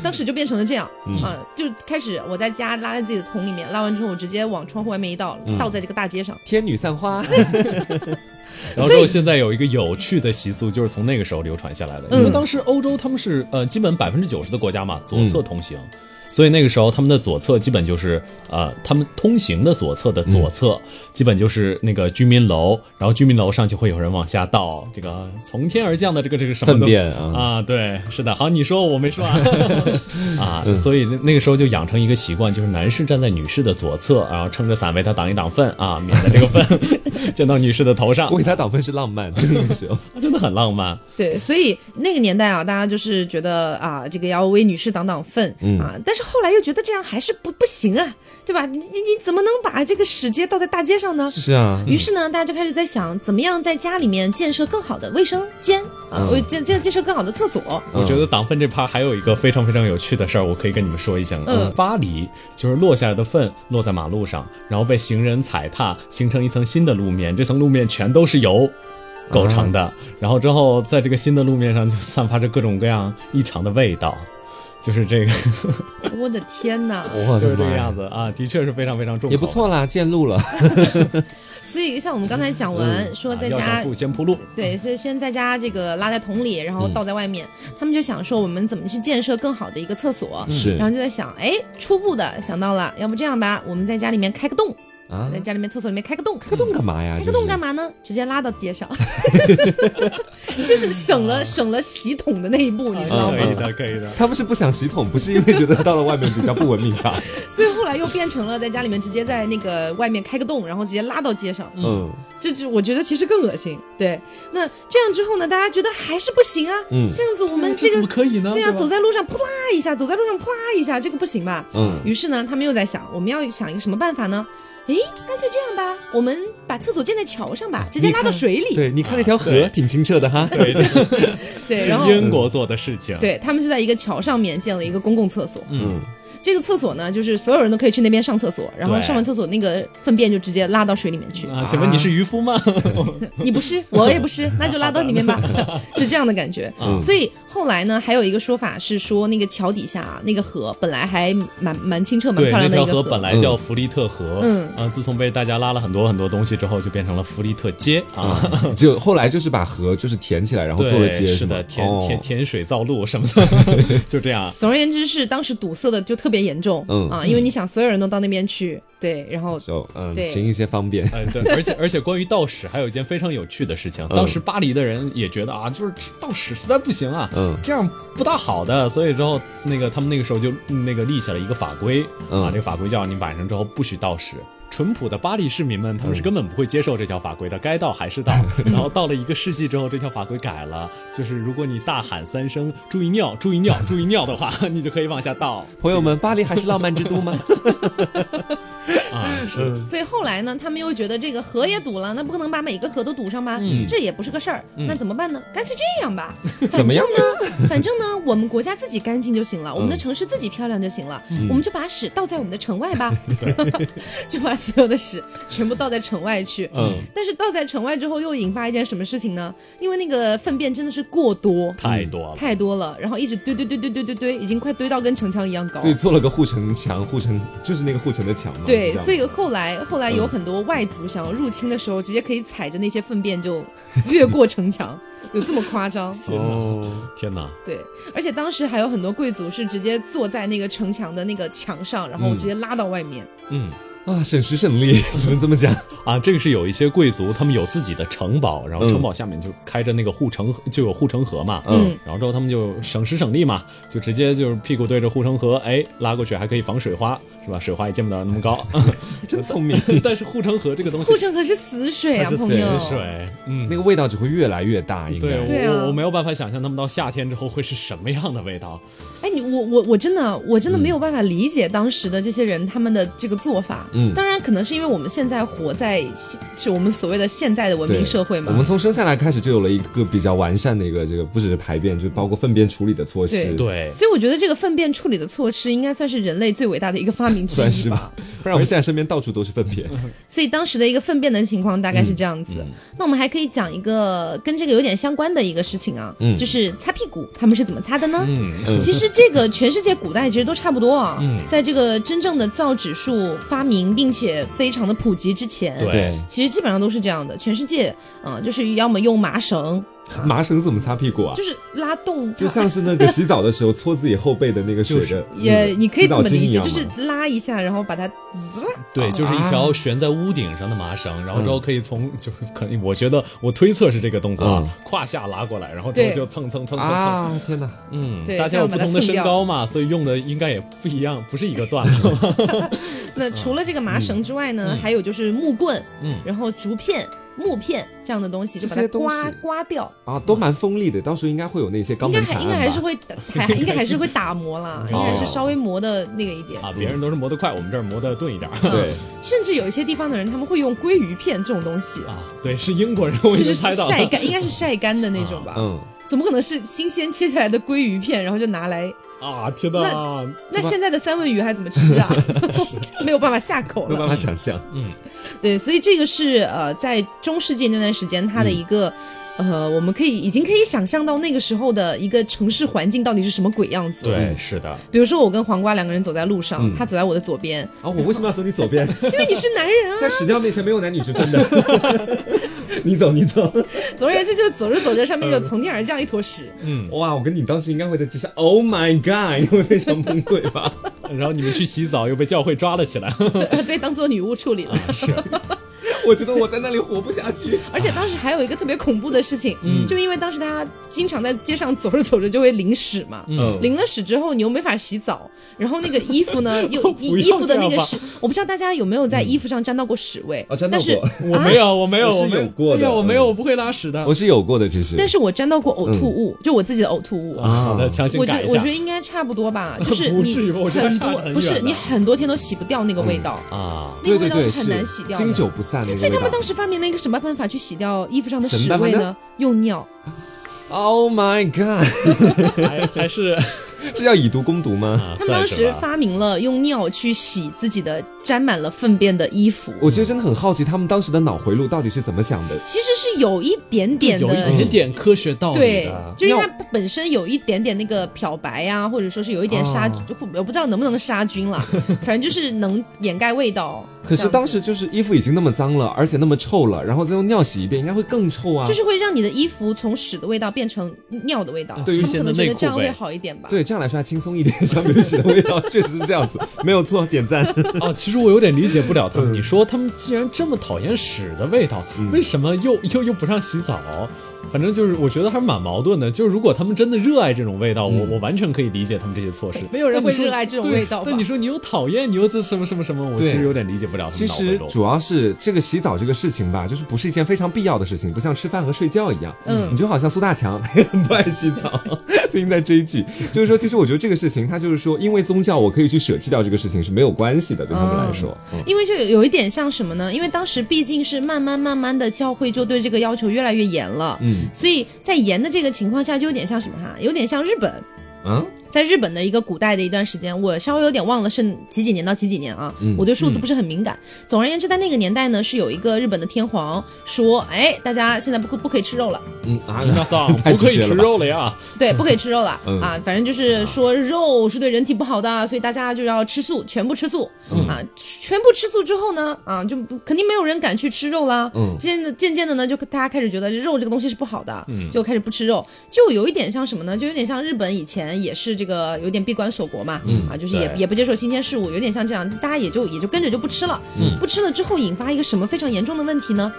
[SPEAKER 3] 当时就变成了这样
[SPEAKER 1] 嗯
[SPEAKER 3] 啊，就开始我在家拉在自己的桶里面，拉完之后我直接往窗户外面一倒，
[SPEAKER 1] 嗯
[SPEAKER 3] 倒在这个大街上。
[SPEAKER 2] 天女 散花，
[SPEAKER 1] 然后之后现在有一个有趣的习俗，就是从那个时候流传下来
[SPEAKER 2] 嗯
[SPEAKER 1] 的。因为当时欧洲他们是呃，基本百分之九十的国家嘛，左侧通行。所以那个时候，他们的左侧基本就是，呃，他们通行的左侧的左
[SPEAKER 2] 嗯
[SPEAKER 1] 侧，基本就是那个居民楼，然后居民楼上就会有人往下倒这个从天而降的这个这个什么
[SPEAKER 2] 粪
[SPEAKER 1] 东
[SPEAKER 2] 便啊，
[SPEAKER 1] 啊，对，是的。好，你说我没说 啊。啊，所以那那个时候就养成一个习惯，就是男士站在女士的左侧，然后撑着伞为她挡一挡粪啊，免得这个粪 溅到女士的头上
[SPEAKER 2] 我，给他打分是浪 漫，在那个时候，
[SPEAKER 1] 真的很浪漫。
[SPEAKER 3] 对，所以那个年代啊，大家就是觉得啊，这个要为女士挡挡粪、
[SPEAKER 1] 嗯
[SPEAKER 3] 啊，但是后来又觉得这样还是不不行啊，对吧？你你你怎么能把这个屎街倒在大街上呢？
[SPEAKER 2] 是啊，
[SPEAKER 3] 于是呢，大家就开始在想，怎么样在家里面建设更好的卫生间
[SPEAKER 1] 嗯
[SPEAKER 3] 啊，为建建建设更好的厕所。
[SPEAKER 1] 我觉得党粪这趴还有一个非常非常有趣的事儿，我可以跟你们说一下。
[SPEAKER 3] 嗯
[SPEAKER 1] 巴黎就是落下来的粪落在马路上，然后被行人踩踏，形成一层新的路面，这层路面全都是油。构成的，然后之后在这个新的路面上就散发着各种各样异常的味道，就是这个，
[SPEAKER 3] 我的天哪！
[SPEAKER 2] 我
[SPEAKER 1] 就是
[SPEAKER 2] 的
[SPEAKER 1] 这个
[SPEAKER 2] 妈呀
[SPEAKER 1] 样子啊，的确是非常非常重口的，
[SPEAKER 2] 也不错啦，见路了。
[SPEAKER 3] 所以像我们刚才讲完、说
[SPEAKER 1] 啊。
[SPEAKER 3] 在
[SPEAKER 1] 要
[SPEAKER 3] 家
[SPEAKER 1] 想富，先铺路，
[SPEAKER 3] 对，所以先在家这个拉在桶里，然后倒在外面。他们就想说，我们怎么去建设更好的一个厕所？
[SPEAKER 2] 是
[SPEAKER 3] 然后就在想，哎，初步的想到了，要不这样吧，我们在家里面开个洞，
[SPEAKER 2] 啊
[SPEAKER 3] 在，家里面厕所里面开个嗯洞，开
[SPEAKER 2] 开个洞干嘛呀？
[SPEAKER 1] 哎
[SPEAKER 3] 开个洞干
[SPEAKER 2] 嘛？
[SPEAKER 3] 嘛呢？直接拉到街上， 就是省了省了洗桶的那一步，你知道
[SPEAKER 1] 啊可以
[SPEAKER 3] 吗？
[SPEAKER 1] 的，可以的。
[SPEAKER 2] 他们是不想洗桶，不是因为觉得到了外面比较不文 明吧？
[SPEAKER 3] 所以后来又变成了在家里面直接在那个外面开个洞，然后直接拉到街上，
[SPEAKER 2] 嗯
[SPEAKER 3] 这就我觉得其实更恶心。对，那这样之后呢，大家觉得还是不行啊，
[SPEAKER 2] 嗯
[SPEAKER 3] 这样子我们
[SPEAKER 1] 这
[SPEAKER 3] 个
[SPEAKER 1] 怎么可以呢？
[SPEAKER 3] 对呀、啊
[SPEAKER 1] 吧
[SPEAKER 3] 走在路上扑啦一下，走在路上扑啦一下，这个不行吧？
[SPEAKER 2] 嗯，
[SPEAKER 3] 于是呢，他们又在想，我们要想一个什么办法呢？诶，干脆这样吧，我们把厕所建在桥上
[SPEAKER 1] 嗯
[SPEAKER 3] 吧，直接
[SPEAKER 2] 你
[SPEAKER 3] 拉到
[SPEAKER 2] 看
[SPEAKER 3] 水里。
[SPEAKER 2] 对，你看那条河
[SPEAKER 1] 啊对
[SPEAKER 2] 挺清澈 的哈。
[SPEAKER 1] 对，这是
[SPEAKER 3] 对，然后
[SPEAKER 1] 英国做的事情，
[SPEAKER 3] 对他们就在一个桥上面建了一个公共厕所。
[SPEAKER 2] 嗯，
[SPEAKER 3] 这个厕所呢，就是所有人都可以去那边上厕所，然后
[SPEAKER 1] 对
[SPEAKER 3] 上完厕所那个粪便就直接拉到水里面去。
[SPEAKER 1] 啊，请问你是渔夫吗？
[SPEAKER 3] 你不是，我也不是，那就拉到里面吧，就这样的感觉。
[SPEAKER 1] 嗯
[SPEAKER 3] 所以后来呢，还有一个说法是说，那个桥底下啊，那个河本来还蛮蛮清澈、蛮
[SPEAKER 1] 对，
[SPEAKER 3] 漂
[SPEAKER 1] 那
[SPEAKER 3] 亮的
[SPEAKER 1] 条
[SPEAKER 3] 一个
[SPEAKER 1] 河本来叫弗利特河，
[SPEAKER 3] 嗯
[SPEAKER 1] 啊，自从被大家拉了很多很多东西之后，就变成了弗利特街啊。
[SPEAKER 2] 就后来就是把河就是填起来，然后
[SPEAKER 1] 对，
[SPEAKER 2] 做了街，
[SPEAKER 1] 是
[SPEAKER 2] 吗
[SPEAKER 1] 的，填
[SPEAKER 2] 哦
[SPEAKER 1] 填填水造路什么的， 就这样。
[SPEAKER 3] 总而言之是当时堵塞的就特别严重，
[SPEAKER 2] 嗯
[SPEAKER 3] 啊，因为你想所有人都到那边去，对，然后
[SPEAKER 2] 就嗯，
[SPEAKER 3] 对
[SPEAKER 2] 行一些方便。
[SPEAKER 1] 嗯，对，而且而且关于道士还有一件非常有趣的事情，当
[SPEAKER 2] 嗯
[SPEAKER 1] 时巴黎的人也觉得啊，就是道士实在不行啊，
[SPEAKER 2] 嗯
[SPEAKER 1] 这样不大好的，所以之后那个他们那个时候就那个立下了一个法规、
[SPEAKER 2] 嗯
[SPEAKER 1] 啊，这个法规叫你晚上之后不许道士。淳朴的巴黎市民们，他
[SPEAKER 2] 嗯
[SPEAKER 1] 们是根本不会接受这条法规的，该道还 是道。然后到了一个世纪之后，这条法规改了，就是如果你大喊三声“注意尿，注意尿，注意尿”的话， 你就可以往下倒
[SPEAKER 2] 朋友们，巴黎还是浪漫 之都吗？
[SPEAKER 1] 哦啊。
[SPEAKER 2] 呃
[SPEAKER 1] 是，
[SPEAKER 3] 所以后来呢，他们又觉得这个河也堵了，那不可能把每个河都堵上吧？
[SPEAKER 2] 嗯
[SPEAKER 3] 这也不是个事儿，那怎么办呢？干脆这 样吧，反
[SPEAKER 2] 么
[SPEAKER 3] 正
[SPEAKER 2] 样嗯
[SPEAKER 3] 呢，反正呢， 我们国家自己干净就行了，我们的城市自己漂亮就行了，我们就把屎倒在我们的城外吧， 就把所有的屎全部倒在城外去。
[SPEAKER 2] 嗯，
[SPEAKER 3] 但是倒在城外之后，又引发一件什么事情呢？因为那个粪便真的是过多。
[SPEAKER 2] 嗯
[SPEAKER 1] 太多了。
[SPEAKER 3] 太多了，然后一直堆堆堆堆堆堆堆，已经快堆到跟城墙一样高。
[SPEAKER 2] 所以做了个护城墙，护城就是那个护城的墙嘛。是
[SPEAKER 3] 对，
[SPEAKER 2] 这样
[SPEAKER 3] 所以
[SPEAKER 2] 吗
[SPEAKER 3] 后来后来有很多外族想要入侵的时候，直接可以踩着那些粪便就越过城墙，有这么夸张？
[SPEAKER 2] 哦，
[SPEAKER 1] 天哪！
[SPEAKER 3] 对，而且当时还有很多贵族是直接坐在那个城墙的那个墙上，然后直接拉到外面。
[SPEAKER 1] 嗯。
[SPEAKER 2] 啊，省时省力，只能这么讲。
[SPEAKER 1] 啊，这个是有一些贵族，他们有自己的城堡，然后城堡下面就开着那个护城，就有护城河嘛，
[SPEAKER 3] 嗯，
[SPEAKER 1] 然后之后他们就省时省力嘛，就直接就是屁股对着护城河，哎，拉过去还可以防水花，是吧？水花也见不了那么高，
[SPEAKER 2] 真聪明。
[SPEAKER 1] 但是护城河这个东西
[SPEAKER 3] 护，城河是死水
[SPEAKER 1] 它
[SPEAKER 3] 啊，
[SPEAKER 1] 是
[SPEAKER 3] 朋友。
[SPEAKER 1] 死水，嗯。
[SPEAKER 2] 那个味道只会越来越大，应
[SPEAKER 1] 对
[SPEAKER 2] 该。
[SPEAKER 3] 对啊
[SPEAKER 1] 我，我没有办法想象他们到夏天之后会是什么样的味道。
[SPEAKER 3] 哎，你我我我真的我真的没有办法理解当时的这些人他们的这个做法。
[SPEAKER 2] 嗯
[SPEAKER 3] 当然可能是因为我们现在活在现是我们所谓的现在的文明社会嘛
[SPEAKER 2] 我。们从生下来开始就有了一个比较完善的一个这个，不只是排便，就包括粪便处理的措施。，
[SPEAKER 1] 对，
[SPEAKER 3] 所以我觉得这个粪便处理的措施应该算是人类最伟大的一个发明之
[SPEAKER 2] 算是
[SPEAKER 3] 一吧。
[SPEAKER 2] 吧。不然我们现在身边到处都是粪 便。
[SPEAKER 3] 所以当时的一个粪便的情况大概是这样子。
[SPEAKER 2] 嗯
[SPEAKER 3] 那我们还可以讲一个跟这个有点相关的一个事情啊，
[SPEAKER 2] 嗯
[SPEAKER 3] 就是擦屁股，他们是怎么擦的呢？
[SPEAKER 2] 嗯
[SPEAKER 3] 其实这个全世界古代其实都差不多啊，在这个真正的造纸术发明并且非常的普及之前，
[SPEAKER 1] 对
[SPEAKER 3] 其实基本上都是这样的。全世界，嗯、就是要么用麻绳，
[SPEAKER 2] 麻绳怎么擦屁股啊
[SPEAKER 3] 就？是拉动，
[SPEAKER 2] 就像是那个洗澡的时候搓自己后背的那个水的，
[SPEAKER 3] 也
[SPEAKER 2] 嗯
[SPEAKER 3] 你可以这么理
[SPEAKER 2] 洗
[SPEAKER 3] 解，
[SPEAKER 2] 澡巾一样
[SPEAKER 3] 就
[SPEAKER 2] 嘛
[SPEAKER 3] 是拉一下，然后把它滋啦
[SPEAKER 1] 对，就是
[SPEAKER 3] 啊
[SPEAKER 1] 一条悬在屋顶上的麻绳，然后之后可以从就是可能我觉得我推测是这个动作啊，胯下拉过来，然后之后
[SPEAKER 3] 对
[SPEAKER 1] 就蹭蹭蹭蹭蹭，
[SPEAKER 2] 啊，天哪！
[SPEAKER 1] 嗯
[SPEAKER 3] 对
[SPEAKER 1] 大
[SPEAKER 3] 这
[SPEAKER 1] 家
[SPEAKER 3] 样
[SPEAKER 1] 有
[SPEAKER 3] 把
[SPEAKER 1] 不
[SPEAKER 3] 它
[SPEAKER 1] 同的
[SPEAKER 3] 蹭
[SPEAKER 1] 身
[SPEAKER 3] 掉
[SPEAKER 1] 高嘛，所以用的应该也不一样，不是一个段落。
[SPEAKER 3] 那除了这个麻绳之外呢，还有就是木棍，嗯，然后竹片、木片这样的东西，就
[SPEAKER 2] 这
[SPEAKER 3] 把
[SPEAKER 2] 些
[SPEAKER 3] 它
[SPEAKER 2] 东
[SPEAKER 3] 刮
[SPEAKER 2] 西
[SPEAKER 3] 刮掉。
[SPEAKER 2] 啊，都蛮锋利的，到时候应该会有那些肛
[SPEAKER 3] 应该
[SPEAKER 2] 门啊
[SPEAKER 3] 还
[SPEAKER 2] 惨
[SPEAKER 3] 应该还
[SPEAKER 2] 案
[SPEAKER 3] 是
[SPEAKER 2] 吧。
[SPEAKER 3] 会还应该还是会打磨啦，应该还是稍微磨的那个一点。
[SPEAKER 1] 啊，别人都是磨得快，我们这儿磨得钝一点儿
[SPEAKER 2] 对，
[SPEAKER 3] 甚至有一些地方的人，他们会用鲑鱼片这种东西，
[SPEAKER 1] 啊。对，是英国人，我
[SPEAKER 3] 就
[SPEAKER 1] 已经
[SPEAKER 3] 是
[SPEAKER 1] 猜到
[SPEAKER 3] 晒
[SPEAKER 1] 了。
[SPEAKER 3] 干，应该是晒干的那种吧？
[SPEAKER 2] 嗯，
[SPEAKER 3] 怎么可能是新鲜切下来的鲑鱼片，然后就拿来？
[SPEAKER 1] 啊，天哪！
[SPEAKER 3] 那现在的三文鱼还怎么吃啊？ 没有办法下口
[SPEAKER 2] 没有
[SPEAKER 3] 了
[SPEAKER 2] 办。法想象。
[SPEAKER 3] 对，所以这个是呃，在中世纪那段时间，它的一个、呃，我们可以已经可以想象到那个时候的一个城市环境到底是什么鬼样子。
[SPEAKER 1] 对，是的，
[SPEAKER 3] 比如说我跟黄瓜两个人走在路上，他走在我的左边，
[SPEAKER 2] 啊，我为什么要走你左边？
[SPEAKER 3] 因为你是男人啊。
[SPEAKER 2] 在屎尿面前没有男女之分的。 你走，你走。
[SPEAKER 3] 总而言之，就走着走着，上面就从天而降一坨屎。
[SPEAKER 1] 嗯
[SPEAKER 2] 哇，我跟你当时应该会在街上，Oh my God，你会非常崩溃吧？
[SPEAKER 1] 然后你们去洗澡又被教会抓了起来，
[SPEAKER 3] 啊被当做女巫处理了。
[SPEAKER 2] 我觉得我在那里活不下去。
[SPEAKER 3] 而且当时还有一个特别恐怖的事情，就因为当时大家经常在街上走着走着就会淋屎嘛，
[SPEAKER 2] 嗯
[SPEAKER 3] 淋了屎之后你又没法洗澡，然后那个衣 服呢，又衣
[SPEAKER 1] 不要
[SPEAKER 3] 衣服的那
[SPEAKER 1] 这
[SPEAKER 3] 个
[SPEAKER 1] 样吧嗯
[SPEAKER 3] 屎，我不知道大家有没有在衣服上沾到过屎味，
[SPEAKER 2] 哦沾到
[SPEAKER 3] 但是
[SPEAKER 2] 过
[SPEAKER 1] 我没有，我没有，
[SPEAKER 2] 我是
[SPEAKER 1] 没
[SPEAKER 2] 有过的
[SPEAKER 1] 哎呀我没有，
[SPEAKER 2] 嗯
[SPEAKER 1] 我不会拉屎的。
[SPEAKER 2] 我是有过的，其实。
[SPEAKER 3] 但是我沾到过呕吐物，就我自己的呕吐物。
[SPEAKER 1] 嗯啊，好的，强行
[SPEAKER 3] 我觉
[SPEAKER 1] 改
[SPEAKER 3] 得
[SPEAKER 1] 一
[SPEAKER 3] 我
[SPEAKER 1] 下
[SPEAKER 3] 觉得应该差不多吧， 就是
[SPEAKER 1] 不
[SPEAKER 3] 你
[SPEAKER 1] 至于吧我觉得
[SPEAKER 3] 很
[SPEAKER 1] 差得
[SPEAKER 3] 多
[SPEAKER 1] 很
[SPEAKER 3] 不是
[SPEAKER 1] 远啊的
[SPEAKER 3] 你很多天都洗不掉那个味道，
[SPEAKER 1] 啊，
[SPEAKER 3] 那
[SPEAKER 2] 对
[SPEAKER 3] 个味
[SPEAKER 2] 对
[SPEAKER 3] 道
[SPEAKER 2] 对，
[SPEAKER 3] 很难洗掉的
[SPEAKER 2] 经久不散的一个味道。
[SPEAKER 3] 所以他们当时发明了一个什么办法去洗掉衣服上的
[SPEAKER 2] 什么
[SPEAKER 3] 屎
[SPEAKER 2] 办法
[SPEAKER 3] 味
[SPEAKER 2] 呢
[SPEAKER 3] 呢？用尿。
[SPEAKER 2] ，Oh my God，
[SPEAKER 1] 还还是
[SPEAKER 2] 这叫以毒攻毒吗？
[SPEAKER 1] 啊
[SPEAKER 3] 他们当
[SPEAKER 1] 算是
[SPEAKER 3] 时
[SPEAKER 1] 吧
[SPEAKER 3] 发明了用尿去洗自己的沾满了粪便的衣服，
[SPEAKER 2] 我其实真的很好奇，他们当时的脑回路到底是怎么想的？
[SPEAKER 3] 其实是有一点点
[SPEAKER 1] 有
[SPEAKER 3] 的
[SPEAKER 1] 一点点科学道理
[SPEAKER 3] 对
[SPEAKER 1] 的，，
[SPEAKER 3] 就是它
[SPEAKER 2] 尿
[SPEAKER 3] 本身有一点点那个漂白呀、或者说是有一点杀，
[SPEAKER 2] 哦
[SPEAKER 3] 我不知道能不能杀菌了，反正就是能掩盖味道。
[SPEAKER 2] 可是当
[SPEAKER 3] 这样子
[SPEAKER 2] 时就是衣服已经那么脏了，而且那么臭了，然后再用尿洗一遍，应该会更臭啊。
[SPEAKER 3] 就是会让你的衣服从屎的味道变成尿的味道，
[SPEAKER 1] 对于
[SPEAKER 3] 他们
[SPEAKER 1] 现
[SPEAKER 3] 可能
[SPEAKER 1] 在内
[SPEAKER 3] 觉得
[SPEAKER 1] 裤
[SPEAKER 3] 这样会
[SPEAKER 1] 呗
[SPEAKER 3] 好一点吧。
[SPEAKER 2] 对，这样来说还轻松一点，相比于洗的味道，确实是这样子，没有错，点赞。
[SPEAKER 1] 哦，其实我有点理解不了他们。你说他们既然这么讨厌屎的味道，
[SPEAKER 2] 嗯
[SPEAKER 1] 为什么又又又不让洗澡？反正就是，我觉得还是蛮矛盾的。就是如果他们真的热爱这种味道，
[SPEAKER 2] 嗯
[SPEAKER 1] 我我完全可以理解他们这些措施。
[SPEAKER 3] 没有人
[SPEAKER 1] 但你
[SPEAKER 3] 会
[SPEAKER 1] 说
[SPEAKER 3] 热爱这种
[SPEAKER 1] 对
[SPEAKER 3] 味道吧
[SPEAKER 1] 但你说你又讨厌，你又这什么什么什么，我其
[SPEAKER 2] 对
[SPEAKER 1] 实有点理解不了他
[SPEAKER 2] 其
[SPEAKER 1] 们脑回
[SPEAKER 2] 实
[SPEAKER 1] 路。
[SPEAKER 2] 主要是这个洗澡这个事情吧，就是不是一件非常必要的事情，不像吃饭和睡觉一样。
[SPEAKER 3] 嗯
[SPEAKER 2] 你就好像苏大强， 他也很不爱洗澡， 最近在追剧，就是说，其实我觉得这个事情，他就是说，因为宗教我可以去舍弃掉这个事情是没有关系的，对他们来说，嗯
[SPEAKER 3] 因为就有有一点像什么呢？因为当时毕竟是慢慢慢慢的教会就对这个要求越来越严了，
[SPEAKER 2] 嗯
[SPEAKER 3] 所以在严的这个情况下，就有点像什么哈，有点像日本。
[SPEAKER 2] 嗯
[SPEAKER 3] 在日本的一个古代的一段时间，我稍微有点忘了是几几年到几几年啊，我对数字不是很敏感。总而言之，在那个年代呢，是有一个日本的天皇说，哎，大家现在不可不可以吃肉了，
[SPEAKER 2] 嗯啊
[SPEAKER 1] 那桑
[SPEAKER 2] 太
[SPEAKER 1] 不可以
[SPEAKER 2] 直接
[SPEAKER 1] 吃
[SPEAKER 2] 了吧
[SPEAKER 1] 肉了呀！
[SPEAKER 3] 对，不可以吃肉了、
[SPEAKER 2] 嗯
[SPEAKER 3] 啊，反正就是说肉是对人体不好的，所以大家就要吃素，全部吃素、
[SPEAKER 2] 嗯
[SPEAKER 3] 啊，全部吃素之后呢，啊，就不肯定没有人敢去吃肉啦。
[SPEAKER 2] 嗯
[SPEAKER 3] 渐渐渐的呢，就大家开始觉得肉这个东西是不好的，
[SPEAKER 2] 嗯
[SPEAKER 3] 就开始不吃肉，就有一点像什么呢？就有点像日本以前也是这个有点闭关锁国嘛，
[SPEAKER 2] 嗯
[SPEAKER 3] 啊，就是也
[SPEAKER 1] 对
[SPEAKER 3] 也不接受新鲜事物，有点像这样，大家也就也就跟着就不吃了，
[SPEAKER 2] 嗯
[SPEAKER 3] 不吃了之后引发一个什么非常严重的问题呢？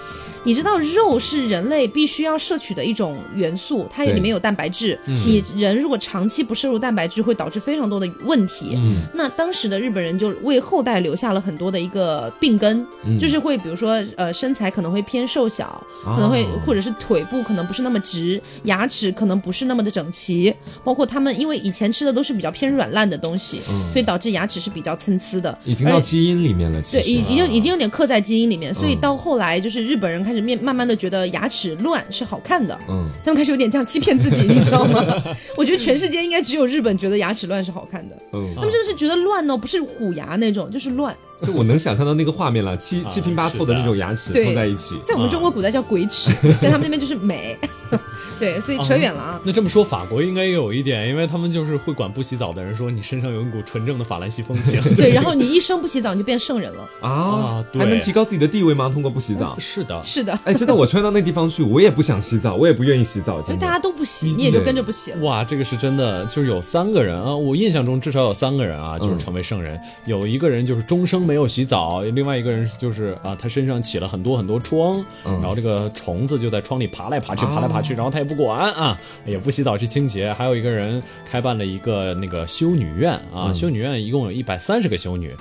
[SPEAKER 3] 你知道肉是人类必须要摄取的一种元素，它
[SPEAKER 2] 对
[SPEAKER 3] 里面有蛋白质。你人如果长期不摄入蛋白质，会导致非常多的问题。那当时的日本人就为后代留下了很多的一个病根，就是会比如说呃身材可能会偏瘦小，可能会或者是腿部可能不是那么直，牙齿可能不是那么的整齐，包括他们因为以前吃的都是比较偏软烂的东西，所以导致牙齿是比较参差的，
[SPEAKER 2] 已经到基因里面了，其
[SPEAKER 3] 对，
[SPEAKER 2] 实啊嗯
[SPEAKER 3] 已经有已经有点刻在基因里面，所以到后来就是日本人开始面慢慢的觉得牙齿乱是好看的，
[SPEAKER 2] 嗯
[SPEAKER 3] 他们开始有点这样欺骗自己，你知道吗？ 我觉得全世界应该只有日本觉得牙齿乱是好看的，
[SPEAKER 2] 嗯
[SPEAKER 3] 他，们真的是觉得乱哦，不是虎牙那种，就是乱，
[SPEAKER 2] 就我能想象到那个画面了，
[SPEAKER 1] 啊
[SPEAKER 2] 七七拼八凑的那种牙齿
[SPEAKER 3] 对
[SPEAKER 2] 凑在一起，
[SPEAKER 3] 在我们中国古代叫鬼齿，在他们那边就是美， 对，所以
[SPEAKER 2] 哦
[SPEAKER 3] 扯远了啊。
[SPEAKER 1] 那这么说，法国应该也有一点，因为他们就是会管不洗澡的人说你身上有一股纯正的法兰西风情。
[SPEAKER 3] 对，然后你一生不洗澡，你就变圣人了。
[SPEAKER 2] 啊
[SPEAKER 1] 啊，对
[SPEAKER 2] 还能提高自己的地位吗？通过不洗澡？
[SPEAKER 1] 是的，
[SPEAKER 3] 是的，
[SPEAKER 2] 哎，真的，我穿到那地方去，我也不想洗澡，我也不愿意洗澡，
[SPEAKER 3] 所以
[SPEAKER 2] 真
[SPEAKER 3] 大
[SPEAKER 2] 的。
[SPEAKER 3] 家都不洗，你也就
[SPEAKER 2] 对嗯
[SPEAKER 3] 跟着不洗了。
[SPEAKER 1] 哇，这个是真的，就是有三个人啊，我印象中至少有三个人啊，
[SPEAKER 2] 嗯
[SPEAKER 1] 就是成为圣人，有一个人就是终生没有洗澡，另外一个人就是啊，他身上起了很多很多疮，
[SPEAKER 2] 嗯
[SPEAKER 1] 然后这个虫子就在窗里爬来爬去，爬来爬去，
[SPEAKER 2] 哦
[SPEAKER 1] 然后他也不管啊，也不洗澡去清洁。还有一个人开办了一个那个修女院啊，
[SPEAKER 2] 嗯
[SPEAKER 1] 修女院一共有一百三十个修女，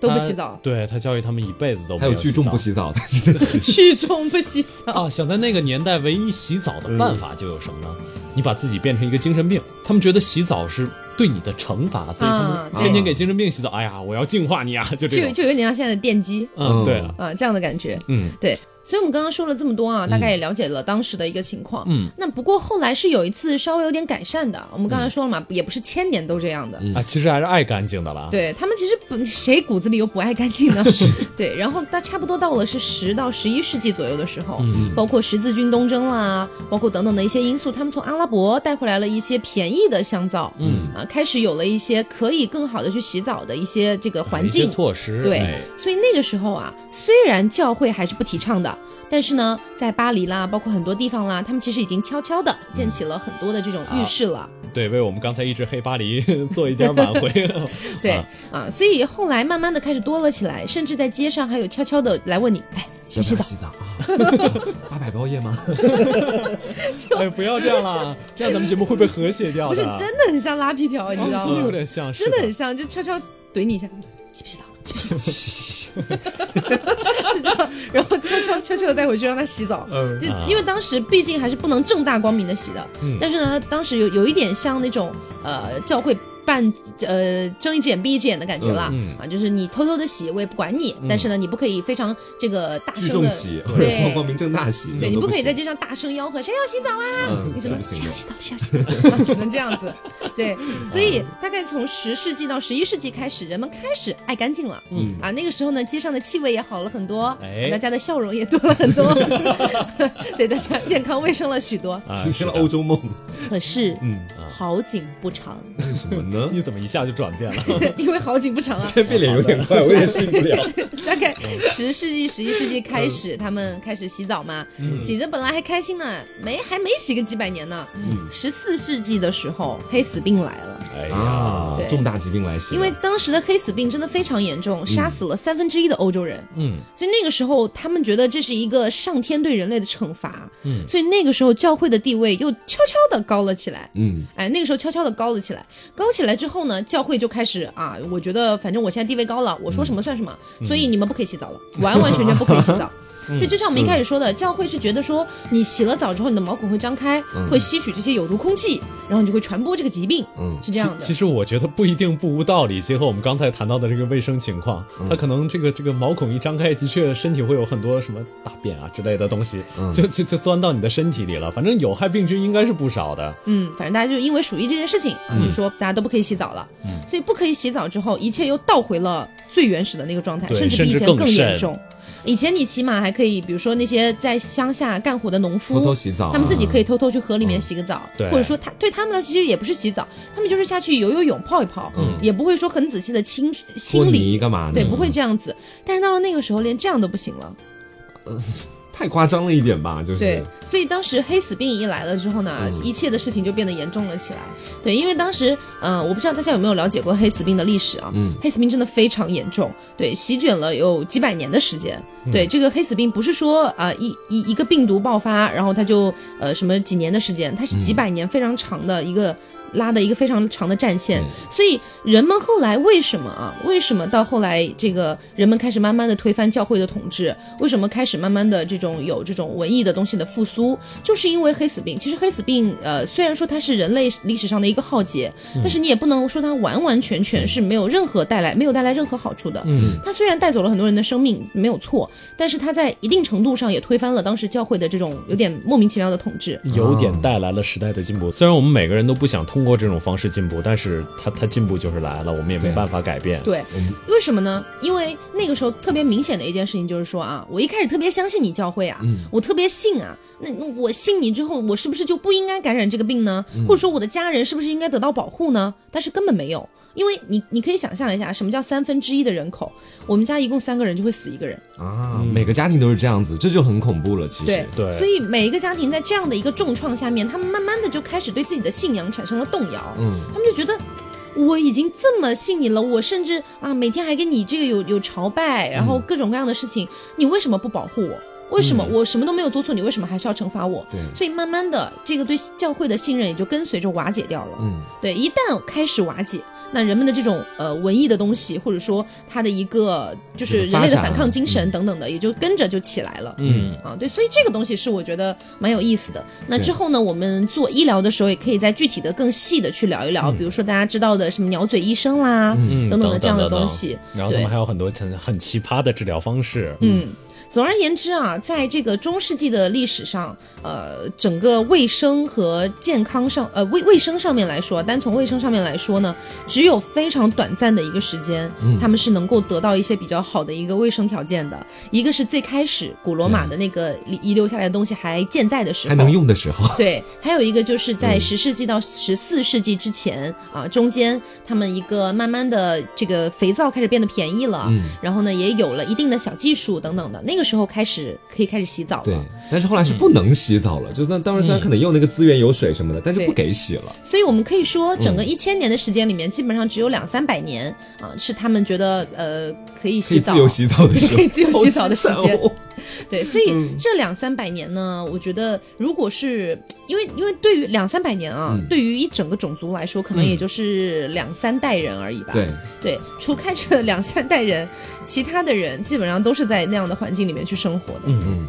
[SPEAKER 3] 都不
[SPEAKER 1] 他，
[SPEAKER 3] 洗澡
[SPEAKER 1] 对他教育他们一辈子都没
[SPEAKER 2] 还有
[SPEAKER 1] 洗
[SPEAKER 2] 聚众
[SPEAKER 1] 澡
[SPEAKER 2] 不洗澡的，真的是
[SPEAKER 3] 去中不洗澡。
[SPEAKER 1] 啊，想在那个年代，唯一洗澡的办法就有什么呢？你把自己变成一个精神病，他们觉得洗澡是对你的惩罚，所以他
[SPEAKER 3] 啊
[SPEAKER 1] 们
[SPEAKER 3] 对
[SPEAKER 1] 天天给精神病洗澡。哎呀，我要净化你啊，就这
[SPEAKER 2] 哦
[SPEAKER 3] 就
[SPEAKER 1] 种。
[SPEAKER 3] 就有点像现在的电击
[SPEAKER 1] 嗯，对啊，
[SPEAKER 3] 啊、这样的感觉。
[SPEAKER 1] 嗯，
[SPEAKER 3] 对。所以我们刚刚说了这么多啊，大概也了解了当时的一个情况。嗯，那不过后来是有一次稍微有点改善的。我们刚才说了嘛，
[SPEAKER 1] 嗯
[SPEAKER 3] 也不是千年都这样的。
[SPEAKER 1] 啊，其实还是爱干净的啦。
[SPEAKER 3] 对他们其实不，谁骨子里又不爱干 净呢？对，然后到差不多到了是十到十一世纪左右的时
[SPEAKER 1] 嗯
[SPEAKER 3] 候，包括十字军东征啦，包括等等的一些因素，他们从阿拉伯带回来了一些便宜的香皂，嗯啊，开始有了一些可以更好的去洗澡的一些这个环
[SPEAKER 1] 一些
[SPEAKER 3] 境。
[SPEAKER 1] 措施，
[SPEAKER 3] 对
[SPEAKER 1] 哎
[SPEAKER 3] 所以那个时候啊，虽然教会还是不提倡的，但是呢，在巴黎啦，包括很多地方啦，他们其实已经悄悄的建起了很多的这种浴室了。
[SPEAKER 1] 对，为我们刚才一直黑巴黎 做一点挽回。
[SPEAKER 3] 对
[SPEAKER 1] 啊
[SPEAKER 3] 啊所以后来慢慢的开始多了起来，甚至在街上还有悄悄的来问你，哎，洗不洗澡？
[SPEAKER 2] 洗澡啊？ 八百包夜 吗？
[SPEAKER 1] 哎，不要这样啦，这样咱们节目会被和谐掉
[SPEAKER 3] 不
[SPEAKER 1] 的。
[SPEAKER 3] 是，真的很像拉皮条，你知
[SPEAKER 1] 哦
[SPEAKER 3] 道
[SPEAKER 1] 真的有
[SPEAKER 3] 吗？
[SPEAKER 1] 点像，是
[SPEAKER 3] 真的很像，就悄悄怼你 一下，洗不洗澡？洗不洗澡？是这样，然后悄悄悄悄的带回去让他洗澡。
[SPEAKER 2] 嗯
[SPEAKER 3] 就因为当时毕竟还是不能正大光明的洗的，但是呢，当时有有一点像那种呃教会办呃睁一只眼闭一只眼的感觉了、
[SPEAKER 2] 嗯
[SPEAKER 3] 啊，就是你偷偷的洗，我也不管你，但是呢，你不可以非常这个大
[SPEAKER 2] 聚
[SPEAKER 3] 声
[SPEAKER 2] 众
[SPEAKER 3] 的
[SPEAKER 2] 洗，或者光
[SPEAKER 3] 对
[SPEAKER 2] 光。明正大洗，
[SPEAKER 3] 对你
[SPEAKER 2] 不
[SPEAKER 3] 不可以在街上大声吆喝，谁要洗澡啊？
[SPEAKER 2] 嗯
[SPEAKER 3] 你
[SPEAKER 2] 这
[SPEAKER 3] 只能
[SPEAKER 2] 不
[SPEAKER 3] 谁
[SPEAKER 2] 行
[SPEAKER 3] 要
[SPEAKER 2] 的。
[SPEAKER 3] 洗澡，谁要洗澡， 啊只能这样子。对，所以大概从十世纪到十一世纪开始，人们开始爱干净了。嗯啊，那个时候呢，街上的气味也好了很多，
[SPEAKER 1] 哎
[SPEAKER 3] 大家的笑容也多了很多， 对大家健康卫生了许多。
[SPEAKER 1] 啊
[SPEAKER 2] 实现了欧。洲梦，
[SPEAKER 3] 可是，
[SPEAKER 1] 嗯
[SPEAKER 3] 好景不长，
[SPEAKER 2] 为什么
[SPEAKER 1] 是的
[SPEAKER 2] 呢？
[SPEAKER 1] 你怎么一下就转变了？
[SPEAKER 3] 因为好景不长啊，
[SPEAKER 2] 现在变脸有点快，我也适应不了。
[SPEAKER 3] 大概十世纪、十一世纪开始，他们开始洗澡嘛，洗着本来还开心呢，没还没洗个几百年呢。十四世纪的时候，黑死病来了。
[SPEAKER 1] 哎呀，
[SPEAKER 2] 啊
[SPEAKER 3] 对，
[SPEAKER 2] 重大疾病来袭了，
[SPEAKER 3] 因为当时的黑死病真的非常严重，杀死了三分之一的欧洲人。
[SPEAKER 1] 嗯，
[SPEAKER 3] 所以那个时候他们觉得这是一个上天对人类的惩罚。嗯，所以那个时候教会的地位又悄悄的高了起来。
[SPEAKER 2] 嗯，
[SPEAKER 3] 哎，那个时候悄悄的高了起来。高起来之后呢，教会就开始啊，我觉得反正我现在地位高了，我说
[SPEAKER 1] 嗯
[SPEAKER 3] 什么算什么，所以你们不可以洗澡了，完完全全不可以洗 澡。
[SPEAKER 1] 嗯
[SPEAKER 3] 所以就像我们一开始说的，教会是觉得说你洗了澡之后，你的毛孔会张开，
[SPEAKER 1] 嗯
[SPEAKER 3] 会吸取这些有毒空气，然后你就会传播这个疾病，
[SPEAKER 2] 嗯
[SPEAKER 3] 是这样的。
[SPEAKER 1] 其实我觉得不一定不无道理。结合我们刚才谈到的这个卫生情况，他可能这个这个毛孔一张开，的确身体会有很多什么大便啊之类的东西，就就就钻到你的身体里了。反正有害病菌应该是不少的。
[SPEAKER 3] 嗯，反正大家就因为鼠疫这件事情啊，
[SPEAKER 1] 嗯
[SPEAKER 3] 就说大家都不可以洗澡了。所以不可以洗澡之后，一切又倒回了最原始的那个状态，
[SPEAKER 1] 对
[SPEAKER 3] 至比
[SPEAKER 1] 甚
[SPEAKER 3] 以
[SPEAKER 1] 至
[SPEAKER 3] 前
[SPEAKER 1] 更
[SPEAKER 3] 更
[SPEAKER 1] 甚
[SPEAKER 3] 严重。以前你起码还可以，比如说那些在乡下干活的农夫，
[SPEAKER 2] 偷偷洗澡啊
[SPEAKER 3] 他们自己可以偷偷去河里面洗个澡，
[SPEAKER 1] 对
[SPEAKER 3] 或者说他对他们来说其实也不是洗澡，他们就是下去游游泳、泡一泡，也不会说很仔细的清
[SPEAKER 2] 搓
[SPEAKER 3] 清理，
[SPEAKER 2] 嗯泥嗯干嘛呢？
[SPEAKER 3] 对，不会这样子。但是到了那个时候，连这样都不行了。
[SPEAKER 2] 太夸张了一点吧，就是嗯
[SPEAKER 3] 对，所以当时黑死病一来了之后呢，一切的事情就变得严重了起来。对，因为当时，呃，我不知道大家有没有了解过黑死病的历史啊？
[SPEAKER 2] 嗯
[SPEAKER 3] 黑死病真的非常严重，对，席卷了有几百年的时间。
[SPEAKER 2] 嗯
[SPEAKER 3] 对，这个黑死病不是说啊、呃一一一个病毒爆发，然后它就呃什么几年的时间，它
[SPEAKER 2] 嗯
[SPEAKER 3] 是几百年非常长的一个。拉的一个非常长的战线，所以人们后来为什么啊？为什么到后来这个人们开始慢慢的推翻教会的统治？为什么开始慢慢的这种有这种文艺的东西的复苏？就是因为黑死病。其实黑死病，呃，虽然说它是人类历史上的一个浩劫，但是你也不能说它完完全全是没有任何带来没有带来任何好处的。嗯，它虽然带走了很多人的生命，没有错，但是它在一定程度上也推翻了当时教会的这种有点莫名其妙的统治。
[SPEAKER 1] 有点带来了时代的进步。虽然我们每个人都不想通过这种方式进步，但是它它进步就是来了，我们也没
[SPEAKER 2] 对
[SPEAKER 1] 办法改变。
[SPEAKER 3] 对，为什么呢？因为那个时候特别明显的一件事情就是说啊，我一开始特别相信你教会啊，我特别信啊，那那我信你之后，我是不是就不应该感染这个病呢？或者说我的家人是不是应该得到保护呢？但是根本没有，因为你你可以想象一下，什么叫三分之一的人口？我们家一共三个人就会死一个人，
[SPEAKER 2] 啊，每个家庭都是这样子，这就很恐怖了。其实，
[SPEAKER 3] 嗯对
[SPEAKER 1] 对
[SPEAKER 3] 所以每一个家庭在这样的一个重创下面，他们慢慢的就开始对自己的信仰产生了动摇，
[SPEAKER 2] 嗯
[SPEAKER 3] 他们就觉得。我已经这么信你了，我甚至啊每天还给你这个有有朝拜，然后各种各样的事情，你为什么不保护我？为什么、我什么都没有做错，你为什么还是要惩罚我？
[SPEAKER 2] 对
[SPEAKER 3] 所以慢慢的这个对教会的信任也就跟随着瓦解掉了。
[SPEAKER 2] 嗯，
[SPEAKER 3] 对，一旦开始瓦解，那人们的这种呃文艺的东西，或者说他的一个就是人类的反抗精神等等的，也就跟着就起来了。
[SPEAKER 1] 嗯，
[SPEAKER 3] 啊，对，所以这个东西是我觉得蛮有意思的。那之后呢，我们做医疗的时候，也可以再具体的、更细的去聊一聊，比如说大家知道的什么鸟嘴医生啦，
[SPEAKER 1] 嗯
[SPEAKER 3] 等
[SPEAKER 1] 等
[SPEAKER 3] 的这样的东西。
[SPEAKER 1] 然后他
[SPEAKER 3] 对
[SPEAKER 1] 们还有很多很很奇葩的治疗方式。
[SPEAKER 3] 嗯，总而言之啊，在这个中世纪的历史上，呃，整个卫生和健康上，呃，卫卫生上面来说，单从卫生上面来说呢，只有非常短暂的一个时间，
[SPEAKER 2] 嗯
[SPEAKER 3] 他们是能够得到一些比较好的一个卫生条件的。一个是最开始古罗马的那个遗遗留下来的东西还健在的时候，
[SPEAKER 2] 还能用的时 候，
[SPEAKER 3] 对，还有一个就是
[SPEAKER 2] 嗯
[SPEAKER 3] 在十世纪到十四世纪之前、啊，中间他们一个慢慢的这个肥皂开始变得便宜了，
[SPEAKER 2] 嗯
[SPEAKER 3] 然后呢也有了一定的小技术等等的，那个时候开始可以开始洗澡
[SPEAKER 2] 对
[SPEAKER 3] 了。，
[SPEAKER 2] 但是后来是不能洗澡了，就是那当然
[SPEAKER 3] 嗯
[SPEAKER 2] 虽然可能用那个资源有水什么的，但是不
[SPEAKER 3] 对
[SPEAKER 2] 给洗了。
[SPEAKER 3] 所以我们可以说，
[SPEAKER 2] 嗯
[SPEAKER 3] 整个一千年的时间里面，基本上只有两三百年啊、是他们觉得呃可以
[SPEAKER 2] 可以
[SPEAKER 3] 洗澡
[SPEAKER 2] 自由洗澡的时候，
[SPEAKER 3] 可以自由洗澡的时
[SPEAKER 2] 好
[SPEAKER 3] 间
[SPEAKER 2] 惨哦
[SPEAKER 3] 对，所以这两三百年呢，我觉得如果是因为因为对于两三百年啊，
[SPEAKER 2] 嗯
[SPEAKER 3] 对于一整个种族来说，可能也就是两三代人而已吧。
[SPEAKER 2] 对，
[SPEAKER 3] 对，除开这 两三代人，其他的人基本上都是在那样的环境里面去生活的。嗯嗯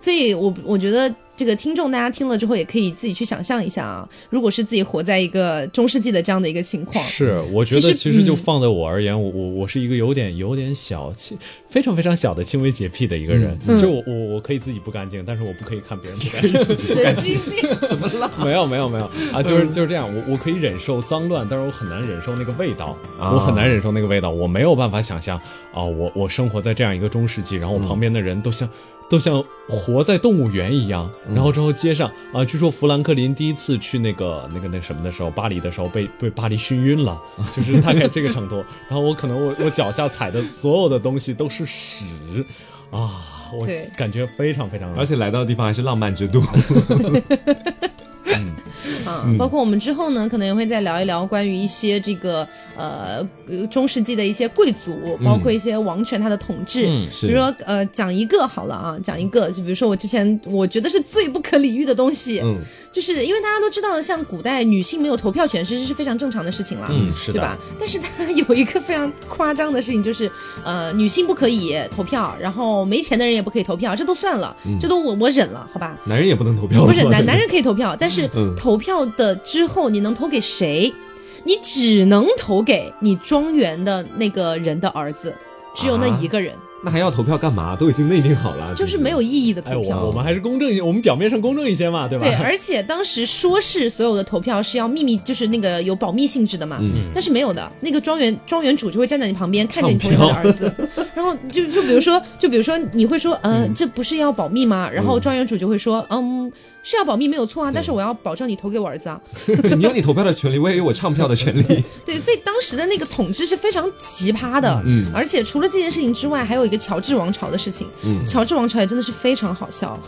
[SPEAKER 3] 所以我我觉得这个听众大家听了之后，也可以自己去想象一下啊，如果是自己活在一个中世纪的这样的一个情况，
[SPEAKER 1] 是，我觉得
[SPEAKER 3] 其实
[SPEAKER 1] 其实就
[SPEAKER 3] 嗯
[SPEAKER 1] 放在我而言，我我我是一个有点有点小轻，非常非常小的轻微洁癖的一个人，
[SPEAKER 3] 嗯
[SPEAKER 1] 就我我我可以自己不干净，但是我不可以看别人不干净。
[SPEAKER 3] 神经病。
[SPEAKER 1] 没有没有没有啊，就是
[SPEAKER 2] 嗯
[SPEAKER 1] 就是这样，我我可以忍受脏乱，但是我很难忍受那个味道，
[SPEAKER 2] 啊
[SPEAKER 1] 我很难忍受那个味道，我没有办法想象啊，我我生活在这样一个中世纪，然后我旁边的人都像。都像活在动物园一样，
[SPEAKER 2] 嗯
[SPEAKER 1] 然后之后街上啊，据说富兰克林第一次去那个那个那个什么的时候，巴黎的时候被被巴黎熏晕 了，就是大概这个程度。然后我可能我我脚下踩的所有的东西都是屎啊，我
[SPEAKER 3] 对
[SPEAKER 1] 感觉非常非常，
[SPEAKER 2] 而且来到的地方还是浪漫之都，
[SPEAKER 3] 啊，包括我们之后呢，可能也会再聊一聊关于一些这个呃呃中世纪的一些贵族，包括一些王权它的统治。
[SPEAKER 1] 嗯
[SPEAKER 2] 是
[SPEAKER 3] 比如说呃讲一个好了啊，讲一个，就比如说我之前我觉得是最不可理喻的东西，
[SPEAKER 2] 嗯，
[SPEAKER 3] 就是因为大家都知道，像古代女性没有投票权，其实是非常正常的事情啦。
[SPEAKER 1] 嗯是的
[SPEAKER 3] 对吧？但是它有一个非常夸张的事情，就是呃，女性不可以投票，然后没钱的人也不可以投票，这都算了，
[SPEAKER 1] 嗯
[SPEAKER 3] 这都我我忍了，好吧？
[SPEAKER 2] 男人也不能投票了，
[SPEAKER 3] 不是男男人可以投票，但是
[SPEAKER 2] 嗯
[SPEAKER 3] 投票的之后你能投给谁？你只能投给你庄园的那个人的儿子，只有那
[SPEAKER 1] 啊
[SPEAKER 3] 一个人，
[SPEAKER 2] 那还要投票干嘛？都已经内定好了，
[SPEAKER 3] 就是没有意义的
[SPEAKER 1] 哎，
[SPEAKER 3] 投
[SPEAKER 1] 我
[SPEAKER 3] 票。
[SPEAKER 1] 我们还是公正一些，我们表面上公正一些嘛，对吧？
[SPEAKER 3] 对，而且当时说是所有的投票是要秘密，就是那个有保密性质的
[SPEAKER 1] 嗯
[SPEAKER 3] 嘛，但是没有的。那个庄园庄园主就会站在你旁边，看着你投
[SPEAKER 2] 嗯唱
[SPEAKER 3] 票
[SPEAKER 2] 票
[SPEAKER 3] 的儿子，然后就就比如说，就比如说你会说，呃，这不是要保密吗？然后庄园主就会说，嗯，是要保密没有错啊，但是我要保证你投给我儿子啊。
[SPEAKER 2] 对 你有你投票的权利，我也有我唱票的权 利。
[SPEAKER 3] 对，所以当时的那个统治是非常奇葩的。嗯，而且除了这件事情之外，还有一个乔治王朝的事情。嗯，乔治王朝也真的是非常好笑。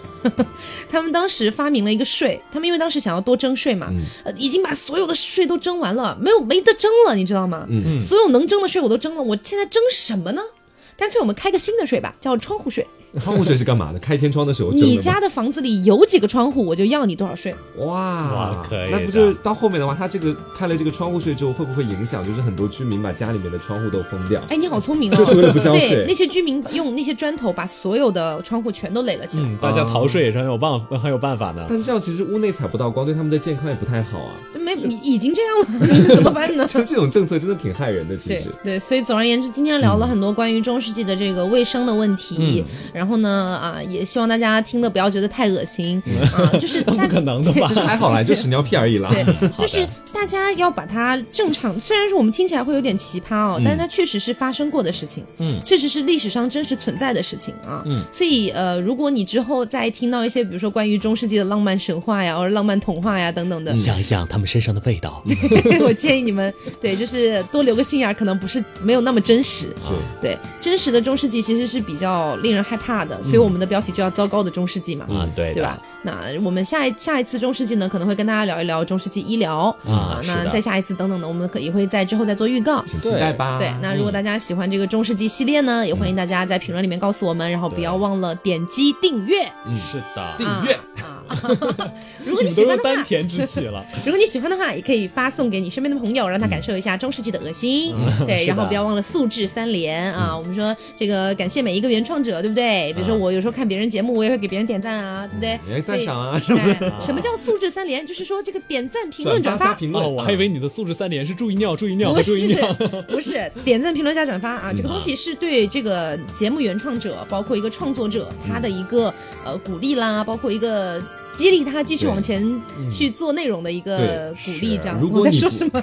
[SPEAKER 3] 他们当时发明了一个税，他们因为当时想要多征税嘛，呃，已经把所有的税都征完了，没有没得征了，你知道吗？嗯，所有能征的税我都征了，我现在征什么呢？干脆我们开个新的税吧，叫窗户税。
[SPEAKER 2] 窗户税是干嘛的？开天窗的时候，
[SPEAKER 3] 你家的房子里有几个窗户，我就要你多少税。
[SPEAKER 2] 哇
[SPEAKER 1] 哇可以的
[SPEAKER 2] 那不就是到后面的话，他这个开了这个窗户税之后，会不会影响就是很多居民把家里面的窗户都封掉？
[SPEAKER 3] 哎，你好聪明哦！
[SPEAKER 2] 就是为了不交税
[SPEAKER 3] 对，那些居民用那些砖头把所有的窗户全都垒了起来。
[SPEAKER 1] 嗯，大家逃税也是很有办法很有办法的。
[SPEAKER 2] 但是这样其实屋内采不到光，对他们的健康也不太好啊。
[SPEAKER 3] 没，你已经这样了， 你怎么办呢？
[SPEAKER 2] 像这种政策真的挺害人的，其
[SPEAKER 3] 对
[SPEAKER 2] 实。
[SPEAKER 3] 对，所以总而言之，今天聊了很多关于中世纪的这个卫生的问
[SPEAKER 1] 嗯
[SPEAKER 3] 题，然后呢，啊，也希望大家听的不要觉得太恶 心啊，就是
[SPEAKER 1] 那
[SPEAKER 3] 大
[SPEAKER 1] 不可能 的吧
[SPEAKER 2] 就是还好啦，就屎尿屁而已啦。
[SPEAKER 3] 对，就是大家要把它正常，虽然说我们听起来会有点奇葩哦，
[SPEAKER 1] 嗯
[SPEAKER 3] 但是它确实是发生过的事情，嗯，确实是历史上真实存在的事情啊，嗯，所以呃，如果你之后再听到一些，比如说关于中世纪的浪漫神话呀，或者浪漫童话呀等等的，
[SPEAKER 1] 嗯想一想他们身上的味道，
[SPEAKER 3] 我建议你们对，就是多留个心眼儿，可能不是没有那么真实，
[SPEAKER 2] 是
[SPEAKER 3] 对，真实的中世纪其实是比较令人害怕的，所以我们的标题就叫“糟糕的中世纪”嘛，
[SPEAKER 1] 啊，对的
[SPEAKER 3] 对吧？？那我们下一下一次中世纪呢，可能会跟大家聊一聊中世纪医疗
[SPEAKER 1] 啊是
[SPEAKER 3] 那
[SPEAKER 1] 的
[SPEAKER 3] 再下一次等等的，我们可也会在之后再做预告。
[SPEAKER 2] 请期待吧。
[SPEAKER 3] 对，那如果大家喜欢这个中世纪系列呢，也欢
[SPEAKER 1] 嗯
[SPEAKER 3] 迎大家在评论里面告诉我们，然后不要忘了点击订阅、
[SPEAKER 1] 是的，
[SPEAKER 2] 订阅
[SPEAKER 3] 啊 如果你
[SPEAKER 1] 你都
[SPEAKER 3] 喜欢
[SPEAKER 1] 有
[SPEAKER 3] 的
[SPEAKER 1] 丹
[SPEAKER 3] 话，
[SPEAKER 1] 田之气 了。
[SPEAKER 3] 如果你喜欢的话，也可以发送给你身边的朋友，让他感受一下中世纪的恶心。
[SPEAKER 2] 嗯
[SPEAKER 1] 是
[SPEAKER 3] 对，
[SPEAKER 1] 的
[SPEAKER 3] 然后不要忘了素质三连啊！我们说这个感谢每一个原创者，对不对？
[SPEAKER 2] 啊
[SPEAKER 3] 比如说我有时候看别人节目，我也会给别人点赞啊，对不对？
[SPEAKER 2] 也赞赏啊
[SPEAKER 3] 所以哎什么叫素质三连？就是说这个点赞、评论、转
[SPEAKER 2] 加
[SPEAKER 3] 发。
[SPEAKER 2] 评论，啊
[SPEAKER 1] 哦，我还以为你的素质三连是注意尿、注意尿
[SPEAKER 3] 不
[SPEAKER 1] 和注意
[SPEAKER 3] 是
[SPEAKER 1] 尿。
[SPEAKER 3] 不是点赞、评论加转发
[SPEAKER 2] 嗯
[SPEAKER 3] 啊，这个东西是对这个节目原创者，包括一个创作者他的一个呃鼓励啦，包括一个激励他继
[SPEAKER 2] 嗯
[SPEAKER 3] 续
[SPEAKER 2] 对嗯
[SPEAKER 3] 往前去做内容的一个鼓
[SPEAKER 2] 对
[SPEAKER 3] 励，
[SPEAKER 2] 是
[SPEAKER 3] 这样子。
[SPEAKER 2] 如果
[SPEAKER 3] 我在
[SPEAKER 2] 你
[SPEAKER 3] 说
[SPEAKER 2] 不
[SPEAKER 3] 什么？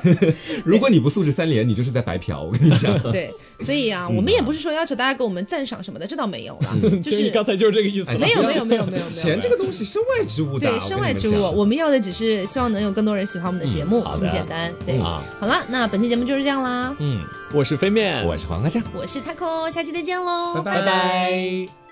[SPEAKER 2] 如果你不素质三连，你就是在白嫖。我跟你讲，
[SPEAKER 3] 对，所以啊，我们也不是说要求大家给我们赞赏什么的，这倒没有啦，嗯就
[SPEAKER 1] 其实
[SPEAKER 3] 是
[SPEAKER 1] 你刚才就是这个意思
[SPEAKER 2] 哎。
[SPEAKER 3] 没有
[SPEAKER 2] 不要
[SPEAKER 3] 没有没有没有没有
[SPEAKER 2] 钱。这个东西身外之物的，啊
[SPEAKER 3] 对，身外之物，我们要的只是希望能有更多人喜欢我们的节目，
[SPEAKER 1] 好
[SPEAKER 3] 这
[SPEAKER 1] 的
[SPEAKER 3] 么简单。对，
[SPEAKER 1] 啊
[SPEAKER 3] 嗯好了，那本期节目就是这样啦，
[SPEAKER 1] 嗯，我是飞面，
[SPEAKER 2] 我是黄阿佳。
[SPEAKER 3] 我是 taco，下期再见喽，
[SPEAKER 2] 拜拜
[SPEAKER 1] 拜拜。